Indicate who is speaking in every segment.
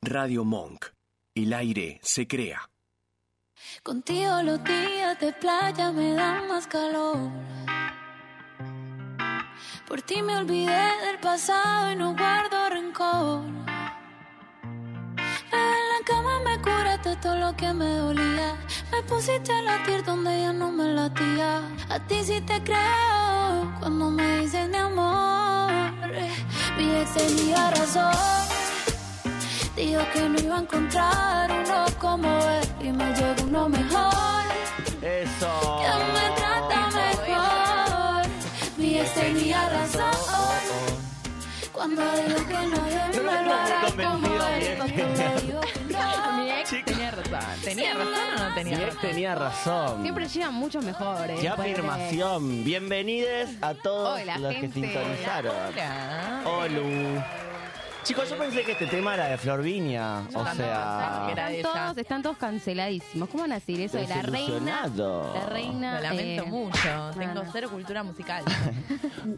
Speaker 1: Radio Monk. El aire se crea.
Speaker 2: Contigo los días de playa me dan más calor. Por ti me olvidé del pasado y no guardo rencor. Bebé, en la cama me curaste todo lo que me dolía. Me pusiste a latir donde ya no me latía. A ti sí te creo cuando me dicen de amor. Mi ex tenía razón. Dijo que no iba a encontrar uno como él y me llegó uno mejor.
Speaker 3: Eso.
Speaker 2: Que me trata mejor. Mi ex tenía razón. Cuando dijo que nadie
Speaker 3: Yo lo
Speaker 2: me lo hará
Speaker 3: estoy
Speaker 2: como
Speaker 3: convencido,
Speaker 2: él.
Speaker 3: bien.
Speaker 2: Cuando me dijo que no.
Speaker 4: Mi ex tenía razón. ¿Tenía razón o no
Speaker 3: Mi
Speaker 4: tenía
Speaker 3: ex
Speaker 4: razón?
Speaker 3: tenía razón.
Speaker 5: Siempre llegan muchos mejores.
Speaker 3: Qué
Speaker 5: ponele.
Speaker 3: afirmación. Bienvenides a todos
Speaker 5: Hola,
Speaker 3: los que
Speaker 5: gente.
Speaker 3: sintonizaron.
Speaker 4: Hola.
Speaker 3: Hola. Chicos, yo pensé que este tema era de Flor Viña. O
Speaker 4: también pensaba que era-
Speaker 3: sea,
Speaker 5: Están
Speaker 4: de
Speaker 5: todos,
Speaker 4: ella.
Speaker 5: están todos canceladísimos. ¿Cómo van a decir eso de la reina?
Speaker 3: Desilusionado.
Speaker 5: La reina.
Speaker 4: Lo lamento
Speaker 5: eh,
Speaker 4: mucho. Tengo
Speaker 5: nada.
Speaker 4: cero cultura musical.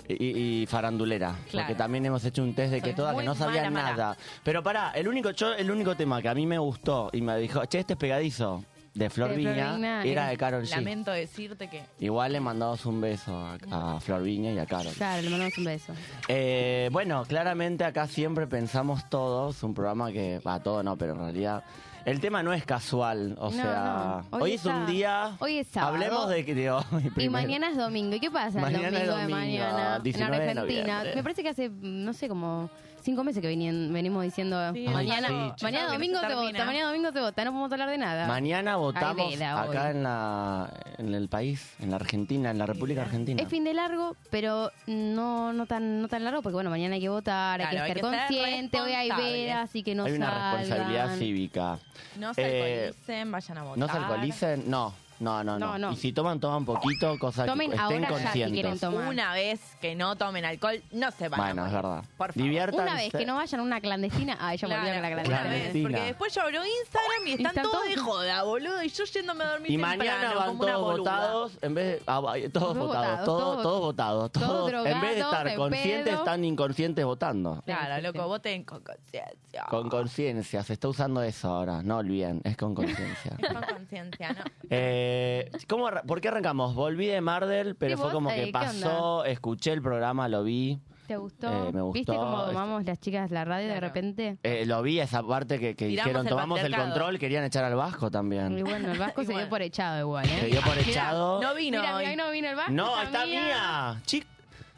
Speaker 3: y, y farandulera.
Speaker 4: Claro.
Speaker 3: Porque también hemos hecho un test de que
Speaker 4: Soy
Speaker 3: todas que
Speaker 4: muy
Speaker 3: no sabían
Speaker 4: mala, mala.
Speaker 3: nada. Pero pará, el único, yo, el único tema que a mí me gustó y me dijo, che, este es pegadizo de Flor
Speaker 5: De Flor
Speaker 3: Viña
Speaker 5: Viña,
Speaker 3: era
Speaker 5: eh,
Speaker 3: de Carol G.
Speaker 4: Lamento decirte que.
Speaker 3: Igual le mandamos un beso a, a Flor Viña y a Carol.
Speaker 5: Claro, le mandamos un beso.
Speaker 3: Eh, bueno, claramente acá siempre pensamos todos, un programa que va todo, no, pero en realidad el tema no es casual, o
Speaker 5: No,
Speaker 3: sea,
Speaker 5: no.
Speaker 3: hoy,
Speaker 5: Hoy
Speaker 3: es
Speaker 5: es
Speaker 3: un
Speaker 5: sábado.
Speaker 3: día,
Speaker 5: Hoy es sábado.
Speaker 3: hablemos de, que- de hoy
Speaker 5: Y
Speaker 3: primero.
Speaker 5: mañana es domingo. ¿Y qué pasa el
Speaker 3: Mañana
Speaker 5: domingo,
Speaker 3: es
Speaker 5: de
Speaker 3: domingo,
Speaker 5: mañana
Speaker 3: 19 de
Speaker 5: en Argentina?
Speaker 3: noviembre.
Speaker 5: Me parece que hace, no sé, como cinco meses que venían- venimos diciendo
Speaker 4: Sí,
Speaker 5: mañana,
Speaker 3: sí,
Speaker 5: mañana,
Speaker 3: chicos.
Speaker 4: Creo que
Speaker 5: domingo
Speaker 4: se
Speaker 5: se
Speaker 4: termina.
Speaker 5: vota, mañana domingo se vota, no podemos hablar de nada.
Speaker 3: Mañana votamos
Speaker 5: vela
Speaker 3: acá
Speaker 5: hoy.
Speaker 3: en, la, en el país, en la Argentina, en la República Argentina.
Speaker 5: Es fin de largo, pero no, no tan, no tan largo, porque bueno, mañana hay que votar, hay
Speaker 4: Claro,
Speaker 5: que
Speaker 4: hay
Speaker 5: estar
Speaker 4: que ser
Speaker 5: consciente, hoy hay
Speaker 4: responsables.
Speaker 5: veda, así que no
Speaker 3: Hay una
Speaker 5: salgan.
Speaker 3: responsabilidad cívica.
Speaker 4: No se
Speaker 3: Eh,
Speaker 4: alcoholicen, vayan a votar.
Speaker 3: ¿No se alcoholicen? No, no, no, no.
Speaker 5: No, no.
Speaker 3: Y si toman, toman poquito, cosa
Speaker 5: Tomen
Speaker 3: que estén
Speaker 5: ahora ya si
Speaker 3: conscientes.
Speaker 5: quieren tomar.
Speaker 4: Una vez que no tomen alcohol, no se van
Speaker 3: bueno,
Speaker 4: a
Speaker 3: es
Speaker 4: morir.
Speaker 3: verdad.
Speaker 4: Por favor.
Speaker 3: Diviértanse.
Speaker 5: Una vez que no vayan a una clandestina, ah, ella volvió a la
Speaker 4: Claro,
Speaker 5: clandestina.
Speaker 4: una vez,
Speaker 3: Clandestina.
Speaker 4: porque después yo abro Instagram y están,
Speaker 5: están
Speaker 4: todos
Speaker 5: todos-
Speaker 4: de joda, boludo, y yo yéndome a dormir
Speaker 3: Y mañana
Speaker 4: temprano,
Speaker 3: van
Speaker 4: como una
Speaker 3: todos
Speaker 4: boluda.
Speaker 3: votados, en vez de, ah, va- eh, todos
Speaker 5: Todos
Speaker 3: votados,
Speaker 5: votados,
Speaker 3: todos,
Speaker 5: todos-
Speaker 3: todos votados,
Speaker 5: todos
Speaker 3: todos, en vez de
Speaker 5: drogados,
Speaker 3: estar
Speaker 5: en
Speaker 3: conscientes,
Speaker 5: pedo.
Speaker 3: están inconscientes votando.
Speaker 4: Claro,
Speaker 5: Sí, sí,
Speaker 4: loco,
Speaker 5: sí.
Speaker 4: voten con conciencia.
Speaker 3: Con conciencia, se está usando eso ahora, no olviden, es con conciencia.
Speaker 4: Con conciencia, ¿no?
Speaker 3: Eh, ¿cómo arra- ¿Por qué arrancamos? Volví de Mardel, pero
Speaker 5: Sí,
Speaker 3: fue
Speaker 5: vos,
Speaker 3: como
Speaker 5: eh,
Speaker 3: que
Speaker 5: ¿qué
Speaker 3: pasó, escuché el programa, lo vi,
Speaker 5: ¿Te gustó?
Speaker 3: Eh, me
Speaker 5: ¿Viste
Speaker 3: gustó,
Speaker 5: cómo
Speaker 3: este-
Speaker 5: tomamos las chicas la radio de
Speaker 4: Claro.
Speaker 5: repente?
Speaker 3: eh, lo vi esa parte que, que
Speaker 4: Tiramos
Speaker 3: dijeron,
Speaker 4: el
Speaker 3: tomamos el
Speaker 4: patriarcado".
Speaker 3: control, querían echar al Vasco
Speaker 5: Y
Speaker 3: también.
Speaker 5: bueno, el Vasco
Speaker 4: Y
Speaker 5: se
Speaker 4: bueno.
Speaker 5: dio por echado igual,
Speaker 3: Se
Speaker 5: ¿eh?
Speaker 3: dio por echado.
Speaker 4: No vino
Speaker 5: Mira,
Speaker 4: hoy.
Speaker 5: mira, hoy no vino el
Speaker 4: Ah,
Speaker 5: Vasco.
Speaker 3: No, está mía. Chi-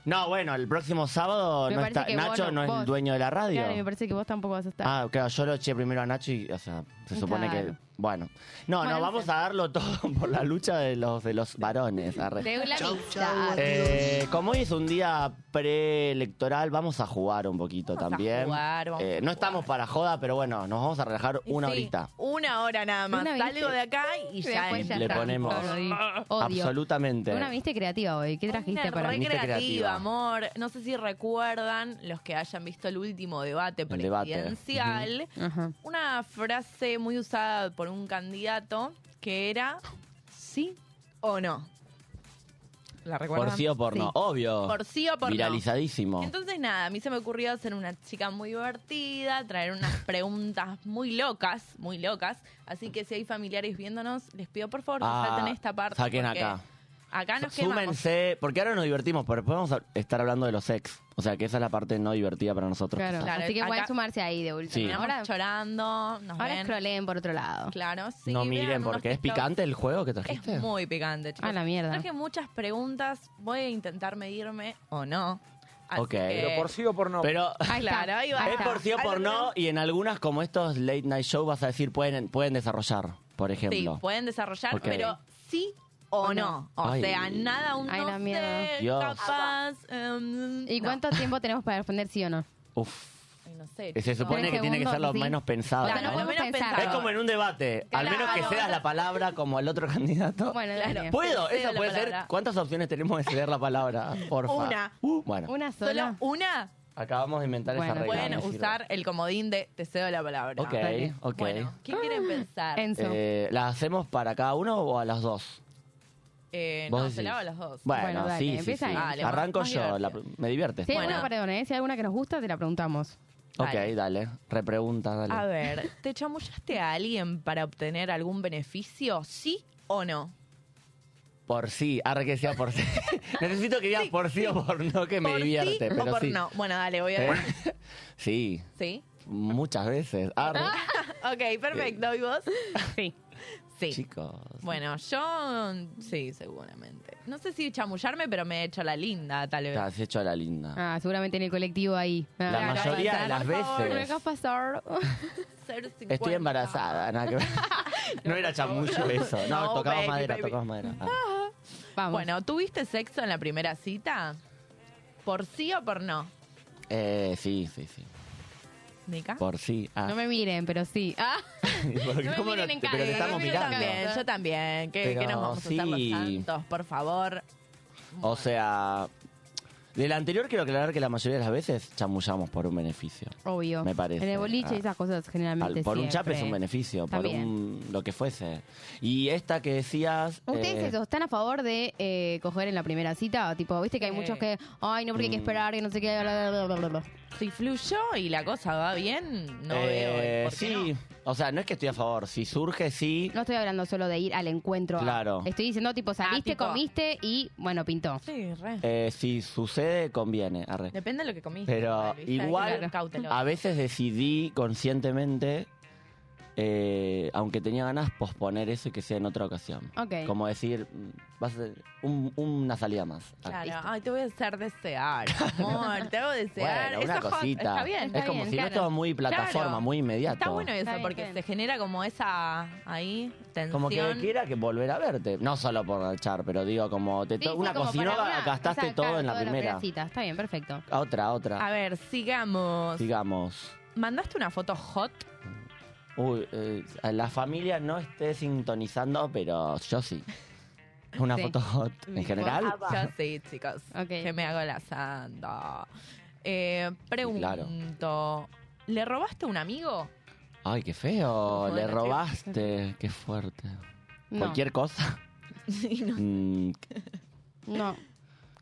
Speaker 3: No, bueno, el próximo sábado
Speaker 5: Me
Speaker 3: no
Speaker 5: parece
Speaker 3: está.
Speaker 5: que vos
Speaker 3: Nacho
Speaker 5: no,
Speaker 3: no es el
Speaker 5: vos.
Speaker 3: dueño de la radio.
Speaker 5: Claro, y me parece que vos tampoco vas a estar.
Speaker 3: Ah, claro, yo lo eché primero a Nacho y, o sea, se supone que.
Speaker 5: Claro.
Speaker 3: Bueno. No,
Speaker 5: Bueno,
Speaker 3: no,
Speaker 5: no
Speaker 3: vamos
Speaker 5: sé.
Speaker 3: a darlo todo por la lucha de los, de los varones. arre.
Speaker 5: de la amistad.
Speaker 3: Eh, como hoy es un día preelectoral, vamos a jugar un poquito
Speaker 4: Vamos a
Speaker 3: también.
Speaker 4: jugar, vamos
Speaker 3: Eh,
Speaker 4: a
Speaker 3: no
Speaker 4: jugar.
Speaker 3: estamos para joda, pero bueno, nos vamos a relajar
Speaker 4: Y
Speaker 3: una
Speaker 4: sí,
Speaker 3: horita.
Speaker 4: Una hora nada más.
Speaker 5: Una horita.
Speaker 4: Salgo de acá y ya
Speaker 5: después
Speaker 4: entro.
Speaker 5: ya
Speaker 3: Le
Speaker 5: está.
Speaker 3: ponemos.
Speaker 5: Claro, y Odio.
Speaker 3: Absolutamente.
Speaker 5: Una viste creativa hoy. ¿Qué trajiste
Speaker 4: Una
Speaker 5: para
Speaker 4: re
Speaker 3: mí? Viste
Speaker 4: creativa,
Speaker 3: creativa.
Speaker 4: amor. No sé si recuerdan los que hayan visto el último debate
Speaker 3: El debate.
Speaker 4: presidencial.
Speaker 5: Ajá.
Speaker 4: Una frase muy usada por un candidato que era sí o no. ¿La recuerdan?
Speaker 3: Por sí o por no.
Speaker 5: Sí.
Speaker 3: Obvio.
Speaker 4: Por sí o por no.
Speaker 3: Viralizadísimo.
Speaker 4: Entonces nada, a mí se me ocurrió hacer una chica muy divertida, traer unas preguntas muy locas, muy locas. Así que si hay familiares viéndonos, les pido por favor que
Speaker 3: Ah,
Speaker 4: salten esta parte.
Speaker 3: saquen
Speaker 4: porque
Speaker 3: acá.
Speaker 4: Acá nos quemamos.
Speaker 3: Súmense, porque ahora nos divertimos, pero después vamos a estar hablando de los ex. O sea, que esa es la parte no divertida para nosotros.
Speaker 5: Claro.
Speaker 3: quizás.
Speaker 4: Claro,
Speaker 5: Así que
Speaker 4: acá-
Speaker 5: pueden sumarse ahí de última.
Speaker 3: Sí.
Speaker 4: Terminamos
Speaker 5: Ahora,
Speaker 4: llorando, nos
Speaker 5: ahora
Speaker 4: ven.
Speaker 5: scrolleen por otro lado.
Speaker 4: Claro, sí.
Speaker 3: no
Speaker 4: vean
Speaker 3: miren,
Speaker 4: unos
Speaker 3: porque es
Speaker 4: TikToks.
Speaker 3: picante el juego que
Speaker 4: Es
Speaker 3: trajiste.
Speaker 4: muy picante, chicos.
Speaker 5: A la mierda.
Speaker 4: Traje muchas preguntas, voy a intentar medirme o no. Así
Speaker 3: Ok.
Speaker 4: que-
Speaker 3: Pero por
Speaker 6: sí o por no.
Speaker 3: Pero
Speaker 5: Ahí está,
Speaker 4: Claro, ahí va.
Speaker 3: es por sí o por no, y en algunas como estos late night show vas a decir pueden, pueden desarrollar, por
Speaker 4: Sí,
Speaker 3: ejemplo.
Speaker 4: pueden desarrollar,
Speaker 3: Ok.
Speaker 4: pero sí o no. O
Speaker 3: Ay.
Speaker 4: sea, nada, un
Speaker 5: Ay,
Speaker 4: no
Speaker 5: la mierda.
Speaker 4: sé,
Speaker 3: Dios.
Speaker 4: capaz. em,
Speaker 5: ¿Y
Speaker 4: no.
Speaker 5: cuánto tiempo tenemos para responder sí o no?
Speaker 3: Uf,
Speaker 4: Ay, no sé,
Speaker 3: se
Speaker 4: chicos.
Speaker 3: supone que
Speaker 5: Tres
Speaker 3: tiene que ser lo
Speaker 5: segundos, sí.
Speaker 3: menos pensado.
Speaker 5: Claro,
Speaker 4: no
Speaker 3: ¿no?
Speaker 4: lo menos pensado.
Speaker 3: Ah, Es como en un debate, al menos que
Speaker 4: Claro.
Speaker 3: cedas la palabra como al otro candidato.
Speaker 5: Bueno,
Speaker 4: Claro.
Speaker 5: dale.
Speaker 3: Puedo,
Speaker 4: Cedo
Speaker 3: eso
Speaker 4: la
Speaker 3: puede ser.
Speaker 4: palabra.
Speaker 3: ¿Cuántas opciones tenemos de ceder la palabra? Porfa.
Speaker 4: Una.
Speaker 3: Uh, bueno,
Speaker 5: ¿Una
Speaker 4: ¿Solo
Speaker 5: sola?
Speaker 4: una?
Speaker 3: acabamos de inventar esa
Speaker 5: Bueno,
Speaker 3: regla.
Speaker 4: Pueden
Speaker 3: me sirve.
Speaker 4: usar el comodín de te cedo la palabra.
Speaker 3: Ok,
Speaker 5: Dale.
Speaker 3: ok.
Speaker 4: Bueno, ¿qué quieren pensar?
Speaker 5: Enzo.
Speaker 3: Eh, ¿La hacemos para cada uno o a las dos?
Speaker 4: Eh,
Speaker 3: vos
Speaker 4: no,
Speaker 3: decís.
Speaker 4: se lava los dos.
Speaker 3: Bueno,
Speaker 5: Bueno, dale,
Speaker 3: sí, sí,
Speaker 5: empieza
Speaker 3: sí.
Speaker 5: ahí.
Speaker 4: Dale, más-
Speaker 3: Arranco
Speaker 4: más
Speaker 3: yo, la-
Speaker 4: divertido.
Speaker 3: me divierte.
Speaker 5: Si hay
Speaker 3: Bueno.
Speaker 5: alguna, perdón, ¿eh? Si hay alguna que nos gusta, te la preguntamos.
Speaker 3: Ok,
Speaker 4: Dale.
Speaker 3: dale. Repregunta, dale.
Speaker 4: A ver, ¿te chamullaste a alguien para obtener algún beneficio? ¿Sí o no?
Speaker 3: Por sí, ahora que sea por sí. Necesito que digas por sí, o por no, que me
Speaker 4: ¿Por
Speaker 3: divierte.
Speaker 4: sí
Speaker 3: pero
Speaker 4: o por
Speaker 3: sí.
Speaker 4: no? Bueno, dale, voy a...
Speaker 3: ¿Eh? Sí,
Speaker 4: ¿Sí?
Speaker 3: muchas veces. Arre,
Speaker 4: Ok, perfecto. ¿Y vos?
Speaker 5: Sí.
Speaker 4: Sí.
Speaker 3: chicos.
Speaker 4: Bueno, yo... Sí, seguramente. No sé si chamullarme, pero me he hecho la linda, tal vez.
Speaker 3: Te has hecho a la linda.
Speaker 5: Ah, seguramente en el colectivo ahí. Ah,
Speaker 3: La
Speaker 5: me acaba de
Speaker 3: mayoría de
Speaker 5: pasar.
Speaker 3: las
Speaker 5: Por favor,
Speaker 3: veces.
Speaker 5: me acaba de pasar.
Speaker 4: Cero
Speaker 3: Estoy
Speaker 4: cincuenta.
Speaker 3: embarazada, nada que ver. No era chamullo eso. No,
Speaker 4: No,
Speaker 3: tocamos
Speaker 4: baby,
Speaker 3: madera,
Speaker 4: baby.
Speaker 3: tocamos madera. Ah.
Speaker 5: Vamos.
Speaker 4: Bueno, ¿tuviste sexo en la primera cita? ¿Por sí o por no?
Speaker 3: Eh, sí, sí, sí.
Speaker 4: ¿Nica?
Speaker 3: Por sí. Ah.
Speaker 5: No me miren, pero sí. Ah,
Speaker 3: Porque
Speaker 5: no me
Speaker 3: ¿cómo
Speaker 5: miren en
Speaker 3: te-
Speaker 5: cara,
Speaker 3: pero te
Speaker 5: no
Speaker 3: estamos
Speaker 5: me miren en
Speaker 3: mirando.
Speaker 5: cara.
Speaker 4: También, yo también. ¿Qué,
Speaker 3: Pero
Speaker 4: qué nos vamos a usar
Speaker 3: sí.
Speaker 4: los santos? Por favor.
Speaker 3: O sea, del anterior quiero aclarar que la mayoría de las veces chamullamos por un beneficio.
Speaker 5: obvio.
Speaker 3: Me parece.
Speaker 5: En el boliche
Speaker 3: Ah.
Speaker 5: y esas cosas generalmente.
Speaker 3: Al- por un chape
Speaker 5: siempre.
Speaker 3: es un beneficio, por
Speaker 5: También.
Speaker 3: un lo que fuese. Y esta que decías...
Speaker 5: ¿Ustedes
Speaker 3: eh,
Speaker 5: eso, están a favor de eh, coger en la primera cita? Tipo, viste que hay
Speaker 4: Eh.
Speaker 5: muchos que, ay, no, porque hay que
Speaker 3: Mm.
Speaker 5: esperar, que no sé qué, bla, bla, bla, bla, bla.
Speaker 4: Si fluyó y la cosa va bien, no
Speaker 3: eh,
Speaker 4: veo el por qué
Speaker 3: sí,
Speaker 4: no.
Speaker 3: o sea, no es que estoy a favor. Si surge, sí.
Speaker 5: No estoy hablando solo de ir al encuentro. a-
Speaker 3: Claro.
Speaker 5: Estoy diciendo, tipo, saliste,
Speaker 4: Ah, tipo-
Speaker 5: comiste y, bueno, pintó.
Speaker 4: Sí, re.
Speaker 3: Eh, si sucede, conviene. arre.
Speaker 4: Depende de lo que comiste.
Speaker 3: Pero
Speaker 4: ¿viste? Hay que
Speaker 3: igual,
Speaker 4: ser cauteloso.
Speaker 3: a veces decidí conscientemente, eh, aunque tenía ganas, posponer eso y que sea en otra ocasión.
Speaker 5: Ok.
Speaker 3: Como decir, mm, vas a hacer un- una salida más.
Speaker 4: Claro,
Speaker 3: Listo.
Speaker 4: ay, te voy a hacer desear, amor, te hago desear.
Speaker 3: Bueno, una
Speaker 4: Eso es hot,
Speaker 3: cosita.
Speaker 4: Está bien.
Speaker 5: Está
Speaker 3: es como
Speaker 5: bien,
Speaker 3: si no
Speaker 5: claro.
Speaker 3: todo muy plataforma,
Speaker 4: Claro.
Speaker 3: muy inmediato.
Speaker 4: Está bueno eso,
Speaker 5: Está bien,
Speaker 4: porque
Speaker 5: está bien.
Speaker 4: se genera como esa ahí tensión.
Speaker 3: Como que quiera que volver a verte. No solo por echar, pero digo, como te to-
Speaker 5: Sí,
Speaker 3: una
Speaker 5: sí, como para
Speaker 3: cocinova
Speaker 5: una-
Speaker 3: gastaste
Speaker 5: exacto,
Speaker 3: todo
Speaker 5: claro,
Speaker 3: en la
Speaker 5: todo
Speaker 3: primera.
Speaker 5: cita. Está bien, perfecto.
Speaker 3: A Otra, otra.
Speaker 4: A ver, sigamos.
Speaker 3: Digamos.
Speaker 4: ¿Mandaste una foto hot?
Speaker 3: Uy, eh, la familia no esté sintonizando, pero yo sí. Una
Speaker 5: Sí.
Speaker 3: foto hot. En general,
Speaker 4: Yo sí, chicos.
Speaker 5: Ok.
Speaker 4: Que me hago la santa. Eh, pregunto. ¿Le robaste a un amigo?
Speaker 3: Ay, qué feo.
Speaker 4: Joder,
Speaker 3: Le
Speaker 4: sí.
Speaker 3: robaste. Qué fuerte.
Speaker 5: No,
Speaker 3: Cualquier cosa.
Speaker 4: Sí, no.
Speaker 3: Mm,
Speaker 5: No.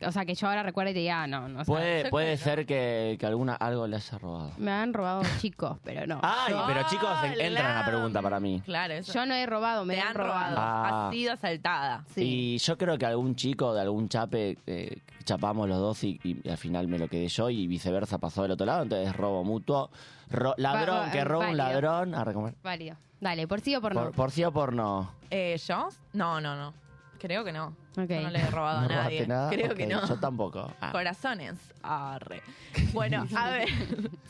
Speaker 5: O sea, que yo ahora recuerde y te diga, ah, no, no. o sea,
Speaker 3: puede
Speaker 4: yo
Speaker 3: puede
Speaker 4: creo que no.
Speaker 3: ser que, que alguna algo le haya robado.
Speaker 5: me han robado chicos, pero no.
Speaker 3: Ay,
Speaker 4: No,
Speaker 3: pero chicos, en- entra en la
Speaker 4: la-
Speaker 3: pregunta para mí.
Speaker 4: Claro, eso.
Speaker 5: Yo no he robado, me
Speaker 4: Me han robado.
Speaker 3: Ah.
Speaker 4: Has sido asaltada.
Speaker 5: Sí.
Speaker 3: Y yo creo que algún chico de algún chape eh, chapamos los dos y, y al final me lo quedé yo y viceversa pasó del otro lado, entonces robo mutuo. Ro- ladrón,
Speaker 5: va-
Speaker 3: que roba un
Speaker 5: válido.
Speaker 3: ladrón. A recomendar.
Speaker 5: Válido. Dale, por sí o por,
Speaker 3: Por,
Speaker 5: no.
Speaker 3: por sí o por no.
Speaker 4: Eh, ¿Yo? No, no, no. Creo que no.
Speaker 5: Ok.
Speaker 4: Yo no le he robado
Speaker 3: ¿No
Speaker 4: a
Speaker 3: robaste
Speaker 4: nadie.
Speaker 3: nada?
Speaker 4: Creo
Speaker 3: Ok,
Speaker 4: que no.
Speaker 3: Yo tampoco. Ah,
Speaker 4: Corazones. Arre. Bueno, a ver.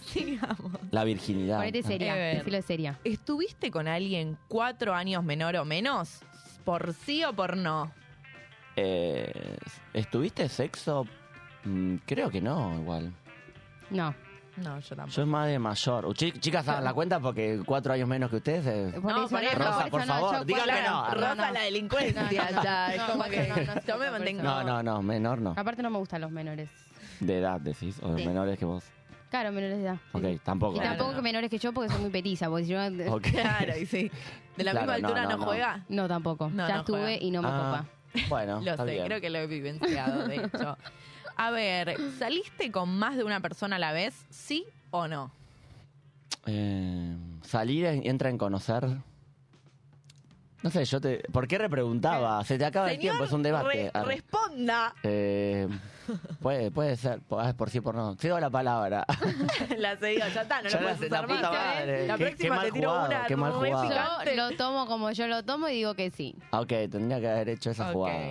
Speaker 4: sigamos.
Speaker 3: la virginidad.
Speaker 5: Ponete seria,
Speaker 4: A ver.
Speaker 5: decilo seria.
Speaker 4: ¿Estuviste con alguien cuatro años menor o menos? ¿Por sí o por no?
Speaker 3: Eh, ¿Estuviste sexo? Mm, creo que no, igual.
Speaker 5: No.
Speaker 4: No, yo tampoco.
Speaker 3: Yo es más de mayor. Uh, chi- chicas, hagan la cuenta porque cuatro años menos que ustedes. eh, es-
Speaker 5: Por
Speaker 4: No,
Speaker 5: eso
Speaker 4: por
Speaker 5: no,
Speaker 4: eso.
Speaker 5: no,
Speaker 4: Rosa,
Speaker 5: eso
Speaker 3: por
Speaker 5: no,
Speaker 3: favor,
Speaker 5: yo-
Speaker 3: dígame
Speaker 5: claro,
Speaker 3: no,
Speaker 5: no,
Speaker 4: Rosa
Speaker 5: no.
Speaker 4: la delincuencia
Speaker 5: No, no, no.
Speaker 4: ya. Es
Speaker 5: No,
Speaker 4: como
Speaker 5: no,
Speaker 4: que
Speaker 5: no, no, no,
Speaker 4: yo me
Speaker 5: no,
Speaker 4: mantengo.
Speaker 3: No, no, no, menor no.
Speaker 5: Aparte no me gustan los menores.
Speaker 3: De edad, decís. O
Speaker 5: Sí.
Speaker 3: menores que vos.
Speaker 5: Claro, menores de edad.
Speaker 3: Ok,
Speaker 5: Y
Speaker 3: tampoco.
Speaker 4: Claro,
Speaker 5: tampoco
Speaker 4: no.
Speaker 5: que menores que yo porque soy muy petiza. Porque si yo...
Speaker 3: Ok.
Speaker 4: Claro, y sí. De la
Speaker 3: Claro,
Speaker 4: misma
Speaker 3: no,
Speaker 4: altura
Speaker 3: no,
Speaker 4: no,
Speaker 3: no.
Speaker 4: juega.
Speaker 5: No, tampoco.
Speaker 4: No,
Speaker 5: ya
Speaker 4: no
Speaker 5: estuve
Speaker 4: juega.
Speaker 5: y no me
Speaker 3: Ah,
Speaker 5: copa.
Speaker 3: Bueno,
Speaker 4: Lo
Speaker 3: está
Speaker 4: sé,
Speaker 3: bien.
Speaker 4: creo que lo he vivenciado, de hecho. A ver, ¿saliste con más de una persona a la vez? ¿Sí o no?
Speaker 3: Eh, salir en- entra en conocer. No sé, yo te. ¿Por qué repreguntaba? Se te acaba el tiempo, es un debate.
Speaker 4: re-
Speaker 3: Ah,
Speaker 4: responda.
Speaker 3: eh, puede, puede ser, po- ah, por sí por no. Cedo la palabra.
Speaker 4: La seguida, ya está, no
Speaker 3: Ya
Speaker 4: la puedes
Speaker 3: la- la
Speaker 4: usar más.
Speaker 3: puta madre,
Speaker 4: La
Speaker 3: qué- qué
Speaker 4: próxima
Speaker 3: mal
Speaker 4: te tiro
Speaker 3: jugado,
Speaker 4: una
Speaker 3: qué mal
Speaker 4: re
Speaker 3: jugado.
Speaker 5: Yo
Speaker 4: picante.
Speaker 5: lo tomo como yo lo tomo y digo que sí.
Speaker 3: Ah, ok, tendría que haber hecho esa
Speaker 4: Ok.
Speaker 3: jugada.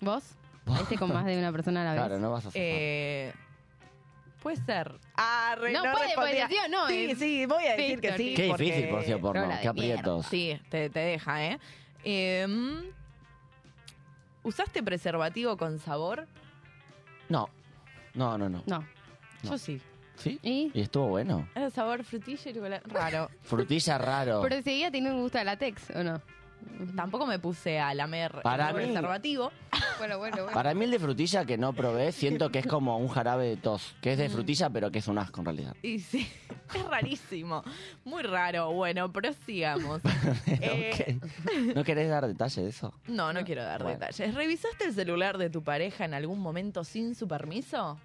Speaker 5: ¿Vos? ¿Viste con más de una persona a la vez?
Speaker 3: Claro, no vas a hacer.
Speaker 4: Eh, puede ser. Ah, re-
Speaker 5: No puede, porque
Speaker 4: respondía.
Speaker 5: sí o no, eh.
Speaker 4: Sí,
Speaker 5: es-
Speaker 4: sí, voy a decir
Speaker 5: Víctor,
Speaker 4: que sí.
Speaker 3: Qué
Speaker 4: porque-
Speaker 3: difícil, por sí o por
Speaker 5: Rola
Speaker 3: no.
Speaker 5: de
Speaker 3: Qué aprietos.
Speaker 4: Sí, te, te deja, ¿eh? Em, ¿Usaste preservativo con sabor?
Speaker 3: No. No, no, no.
Speaker 5: No.
Speaker 3: No.
Speaker 4: Yo sí.
Speaker 3: ¿Sí?
Speaker 5: ¿Y?
Speaker 3: Y estuvo bueno.
Speaker 4: Era sabor frutilla y chocolate. Raro.
Speaker 3: Frutilla raro.
Speaker 5: Pero seguía teniendo gusto a latex, ¿o no?
Speaker 4: Tampoco me puse a lamer
Speaker 3: Para
Speaker 4: el
Speaker 3: mí-
Speaker 4: preservativo.
Speaker 5: Bueno, bueno, bueno.
Speaker 3: Para mí el de frutilla que no probé, siento que es como un jarabe de tos, que es
Speaker 5: Mm.
Speaker 3: de frutilla pero que es un asco en realidad.
Speaker 4: Y sí, es rarísimo. Muy raro. Bueno, prosigamos. Eh,
Speaker 3: Ok. ¿No querés dar detalle de eso?
Speaker 4: No, no quiero dar
Speaker 3: Bueno.
Speaker 4: detalles. ¿Revisaste el celular de tu pareja en algún momento sin su permiso?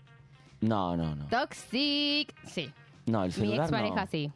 Speaker 3: No, no, no.
Speaker 5: Toxic. Sí.
Speaker 3: No, el
Speaker 5: Mi
Speaker 3: celular
Speaker 5: expareja
Speaker 3: no.
Speaker 5: sí.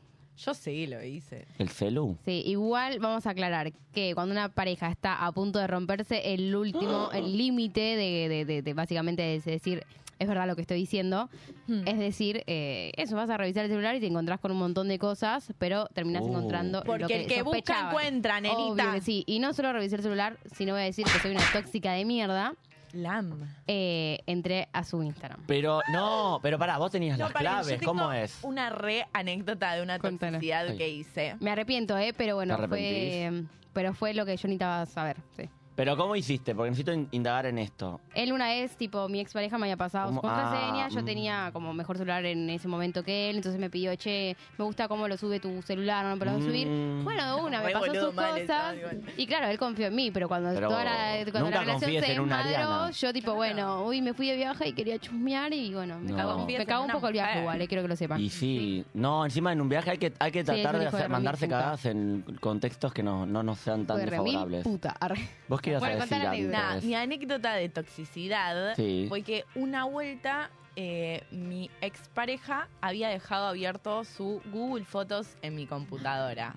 Speaker 4: Yo sí lo hice.
Speaker 3: El celu.
Speaker 5: Sí, igual vamos a aclarar que cuando una pareja está a punto de romperse, el último, el límite de, de- de- de básicamente es decir, es verdad lo que estoy diciendo,
Speaker 3: Hmm.
Speaker 5: es decir, eh, eso, vas a revisar el celular y te encontrás con un montón de cosas, pero terminás
Speaker 3: Oh.
Speaker 5: encontrando
Speaker 4: Porque
Speaker 5: lo que
Speaker 4: el que busca,
Speaker 5: sospechabas.
Speaker 4: encuentra, nenita.
Speaker 5: Obvio que sí, y no solo revisé el celular, sino voy a decir que soy una tóxica de mierda,
Speaker 4: Lam.
Speaker 5: eh, entré a su Instagram.
Speaker 3: Pero no, pero pará, vos tenías las
Speaker 4: pará, yo
Speaker 3: claves,
Speaker 4: tengo
Speaker 3: ¿cómo es?
Speaker 4: Una re anécdota de una
Speaker 5: Cuéntala.
Speaker 4: toxicidad
Speaker 3: Ay.
Speaker 4: que hice.
Speaker 5: Me arrepiento, eh, pero bueno,
Speaker 3: ¿Te
Speaker 5: fue,
Speaker 3: arrepentís?
Speaker 5: pero fue lo que yo necesitaba saber, sí.
Speaker 3: Pero ¿cómo hiciste? Porque necesito in- indagar en esto.
Speaker 5: Él una vez, tipo, mi expareja me había pasado su
Speaker 3: ¿Cómo? Ah,
Speaker 5: contraseña, yo
Speaker 3: mm.
Speaker 5: tenía como mejor celular en ese momento que él, entonces me pidió, che, me gusta cómo lo sube tu celular, no me lo vas a subir.
Speaker 3: Mm.
Speaker 5: Bueno, de una, me
Speaker 4: Re
Speaker 5: pasó
Speaker 4: boludo
Speaker 5: sus
Speaker 4: mal, estaba
Speaker 5: cosas.
Speaker 4: igual.
Speaker 5: Y claro, él confió en mí, pero cuando,
Speaker 3: Pero
Speaker 5: toda la, cuando
Speaker 3: nunca
Speaker 5: la relación
Speaker 3: confíes
Speaker 5: se
Speaker 3: en una
Speaker 5: enmadró,
Speaker 3: Ariana.
Speaker 5: yo tipo, bueno, uy, me fui de viaje y quería chusmear y bueno, me
Speaker 3: No.
Speaker 5: cago,
Speaker 3: Confíes
Speaker 5: me
Speaker 4: en
Speaker 5: cago un
Speaker 4: una
Speaker 5: poco el viaje
Speaker 4: mujer.
Speaker 5: igual, eh, quiero que lo sepan.
Speaker 3: Y sí, no, encima en un viaje hay que, hay
Speaker 5: Sí,
Speaker 3: que
Speaker 5: es
Speaker 3: tratar
Speaker 5: un
Speaker 3: de
Speaker 5: hijo
Speaker 3: hacer-
Speaker 5: de remil
Speaker 3: mandarse
Speaker 5: puta.
Speaker 3: cagadas en contextos que no, no nos sean tan
Speaker 5: Fue remil
Speaker 3: desfavorables.
Speaker 5: puta, arre.
Speaker 3: ¿Vos qué ibas
Speaker 5: Bueno,
Speaker 3: a
Speaker 5: contá
Speaker 3: decir,
Speaker 5: la
Speaker 3: Andy,
Speaker 5: anécdota.
Speaker 4: Nah,
Speaker 3: otra vez?
Speaker 4: mi anécdota de toxicidad
Speaker 3: Sí.
Speaker 4: fue que una vuelta eh, mi expareja había dejado abierto su Google Fotos en mi computadora.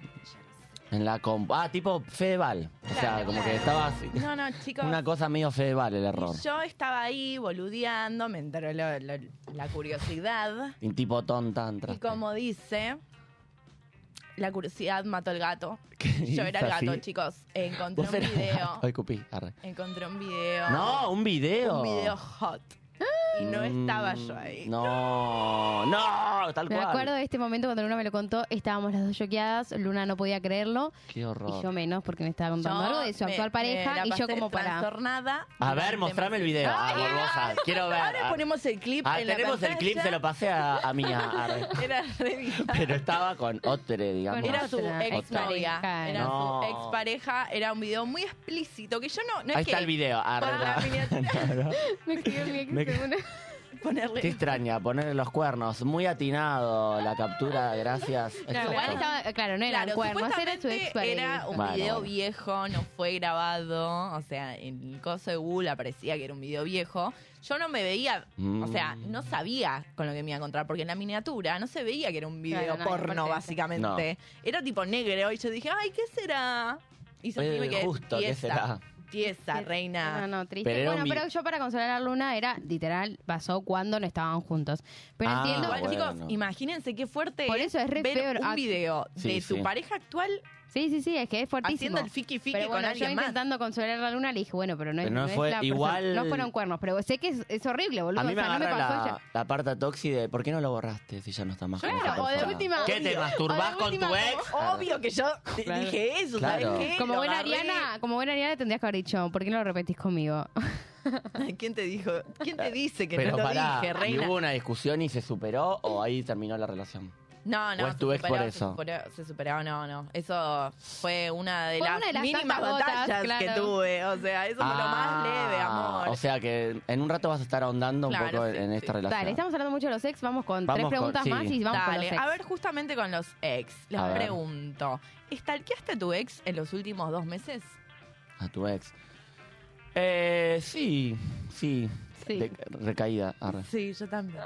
Speaker 3: En la comp Ah, tipo Fedeval. O sea,
Speaker 4: Claro,
Speaker 3: como
Speaker 4: claro.
Speaker 3: que estabas...
Speaker 4: No, no, chicos.
Speaker 3: Una cosa medio Fedeval el error.
Speaker 4: y yo estaba ahí boludeando, me entró lo- lo- la curiosidad.
Speaker 3: Y tipo tonta entraste.
Speaker 4: Y como dice, la curiosidad mató al gato.
Speaker 3: ¿Qué
Speaker 4: Yo era el
Speaker 3: hizo
Speaker 4: gato,
Speaker 3: así?
Speaker 4: chicos. Encontré
Speaker 3: Vos
Speaker 4: un
Speaker 3: eras-
Speaker 4: video.
Speaker 3: Ay, cupí, arre.
Speaker 4: Encontré un video.
Speaker 3: No, un video. Mm,
Speaker 4: Un video hot. Y no estaba yo ahí.
Speaker 3: No, no, tal
Speaker 5: Me
Speaker 3: cual.
Speaker 5: acuerdo de este momento cuando Luna me lo contó, estábamos las dos choqueadas, Luna no podía creerlo.
Speaker 3: Qué horror.
Speaker 5: Y yo menos, porque me estaba contando algo de su
Speaker 4: me-
Speaker 5: actual
Speaker 4: me
Speaker 5: pareja
Speaker 4: la
Speaker 5: y yo
Speaker 4: pasé
Speaker 5: como para...
Speaker 4: trastornada.
Speaker 3: A ver, mostrame el video. Ah, Borbosa, quiero ver.
Speaker 4: Ahora
Speaker 3: Ah,
Speaker 4: ponemos el clip
Speaker 3: ah,
Speaker 4: en la
Speaker 3: tenemos el clip, se lo pasé a, a Mía. arre.
Speaker 4: pantalla. Era re bizarro.
Speaker 3: Pero estaba con Otre, digamos.
Speaker 5: Con
Speaker 4: Era su
Speaker 5: Otra
Speaker 4: ex
Speaker 5: expareja.
Speaker 4: Era
Speaker 3: No.
Speaker 4: su expareja. Era un video muy explícito que yo no. no
Speaker 3: Ahí
Speaker 4: es
Speaker 3: está
Speaker 4: que Ah,
Speaker 3: el video. arre,
Speaker 4: Por la
Speaker 3: no.
Speaker 4: miniatura.
Speaker 3: No, no.
Speaker 5: Me escribió mi ex
Speaker 3: Me-
Speaker 5: de una-
Speaker 4: Ponerle.
Speaker 3: Qué extraña, poner los cuernos. Muy atinado la captura, gracias.
Speaker 5: Claro,
Speaker 3: Exacto.
Speaker 5: igual estaba- claro, no eran
Speaker 4: Claro,
Speaker 5: cuernos, era su
Speaker 4: supuestamente
Speaker 5: ex pareja.
Speaker 4: era un
Speaker 3: Bueno,
Speaker 4: video
Speaker 3: bueno.
Speaker 4: viejo, no fue grabado. O sea, en el coso de Google aparecía que era un video viejo. Yo no me veía, o sea,
Speaker 3: Mm.
Speaker 4: no sabía con lo que me iba a encontrar, porque en la miniatura no se veía que era un video
Speaker 5: Claro, no,
Speaker 4: porno,
Speaker 5: aparte-
Speaker 4: básicamente. Era tipo negro, y yo dije, ay, ¿qué será? Y
Speaker 3: Eh,
Speaker 4: sentíme que
Speaker 3: justo, ¿qué
Speaker 4: tiesa,
Speaker 3: será?
Speaker 4: tiesa,
Speaker 5: No,
Speaker 4: reina.
Speaker 5: no, triste.
Speaker 3: Pero era un
Speaker 5: bueno,
Speaker 3: vi-
Speaker 5: pero yo para consolar a Luna era, literal, pasó cuando no estaban juntos. Pero
Speaker 3: Ah,
Speaker 5: entiendo...
Speaker 4: Igual,
Speaker 3: bueno.
Speaker 4: chicos, imagínense qué fuerte
Speaker 5: Por
Speaker 4: es
Speaker 5: eso es re
Speaker 4: ver
Speaker 5: feo,
Speaker 4: un
Speaker 5: ah,
Speaker 4: video de
Speaker 3: Sí,
Speaker 4: tu
Speaker 3: sí.
Speaker 4: pareja actual
Speaker 5: Sí, sí, sí, es que es fuertísimo.
Speaker 4: haciendo el fiki fiki
Speaker 5: pero bueno,
Speaker 4: con
Speaker 5: yo
Speaker 4: alguien más.
Speaker 5: intentando consolar a Luna le dije, bueno, pero no, es-
Speaker 3: Pero no
Speaker 5: no es
Speaker 3: fue
Speaker 5: la persona-
Speaker 3: igual-
Speaker 5: no fueron cuernos, pero sé que es, es horrible, boludo.
Speaker 3: A mí me
Speaker 5: o sea, no me
Speaker 3: agarra
Speaker 5: pasó
Speaker 3: la,
Speaker 5: ya.
Speaker 3: la parte toxi de ¿por qué no lo borraste si ya no está más con
Speaker 5: Claro,
Speaker 3: esa
Speaker 5: o de
Speaker 3: persona?
Speaker 5: última-
Speaker 3: ¿Qué te
Speaker 5: obvio. O
Speaker 3: masturbás
Speaker 5: de
Speaker 3: con tu
Speaker 5: última,
Speaker 3: ex?
Speaker 4: Obvio que yo te-
Speaker 5: Claro.
Speaker 4: dije eso,
Speaker 3: Claro.
Speaker 4: ¿sabes qué?
Speaker 5: Como
Speaker 4: Lo
Speaker 5: buena
Speaker 4: agarré.
Speaker 5: Ariana, como buena Ariana tendrías que haber dicho, ¿por qué no lo repetís conmigo?
Speaker 4: ¿Quién te dijo? ¿Quién te dice que
Speaker 3: Pero
Speaker 4: no lo
Speaker 3: pará,
Speaker 4: dije,
Speaker 3: ¿y
Speaker 4: reina?
Speaker 3: hubo una discusión y se superó o ahí terminó la relación?
Speaker 4: No, no.
Speaker 3: ¿O es tu
Speaker 4: se
Speaker 3: ex por
Speaker 4: superó,
Speaker 3: eso?
Speaker 4: Se superó, se superó, no, no. Eso fue una de
Speaker 5: Fue
Speaker 4: las
Speaker 5: una de las
Speaker 4: mínimas
Speaker 5: tantas
Speaker 4: batallas
Speaker 5: gotas,
Speaker 4: que
Speaker 5: claro.
Speaker 4: tuve. O sea, eso fue lo más leve, amor.
Speaker 3: Ah, O sea que en un rato vas a estar ahondando un
Speaker 4: Claro,
Speaker 3: poco
Speaker 4: sí,
Speaker 3: en esta
Speaker 4: sí.
Speaker 3: relación.
Speaker 5: Dale, estamos hablando mucho de los ex, vamos con
Speaker 3: Vamos
Speaker 5: tres
Speaker 3: con-
Speaker 5: preguntas
Speaker 3: sí.
Speaker 5: más y vamos con los
Speaker 4: Dale,
Speaker 5: ex.
Speaker 4: a ver, justamente con los ex. Les
Speaker 3: A ver.
Speaker 4: pregunto, ¿estalqueaste a tu ex en los últimos dos meses?
Speaker 3: A tu ex. Eh, sí, sí.
Speaker 5: Sí.
Speaker 3: De- recaída. arre.
Speaker 4: Sí, yo también.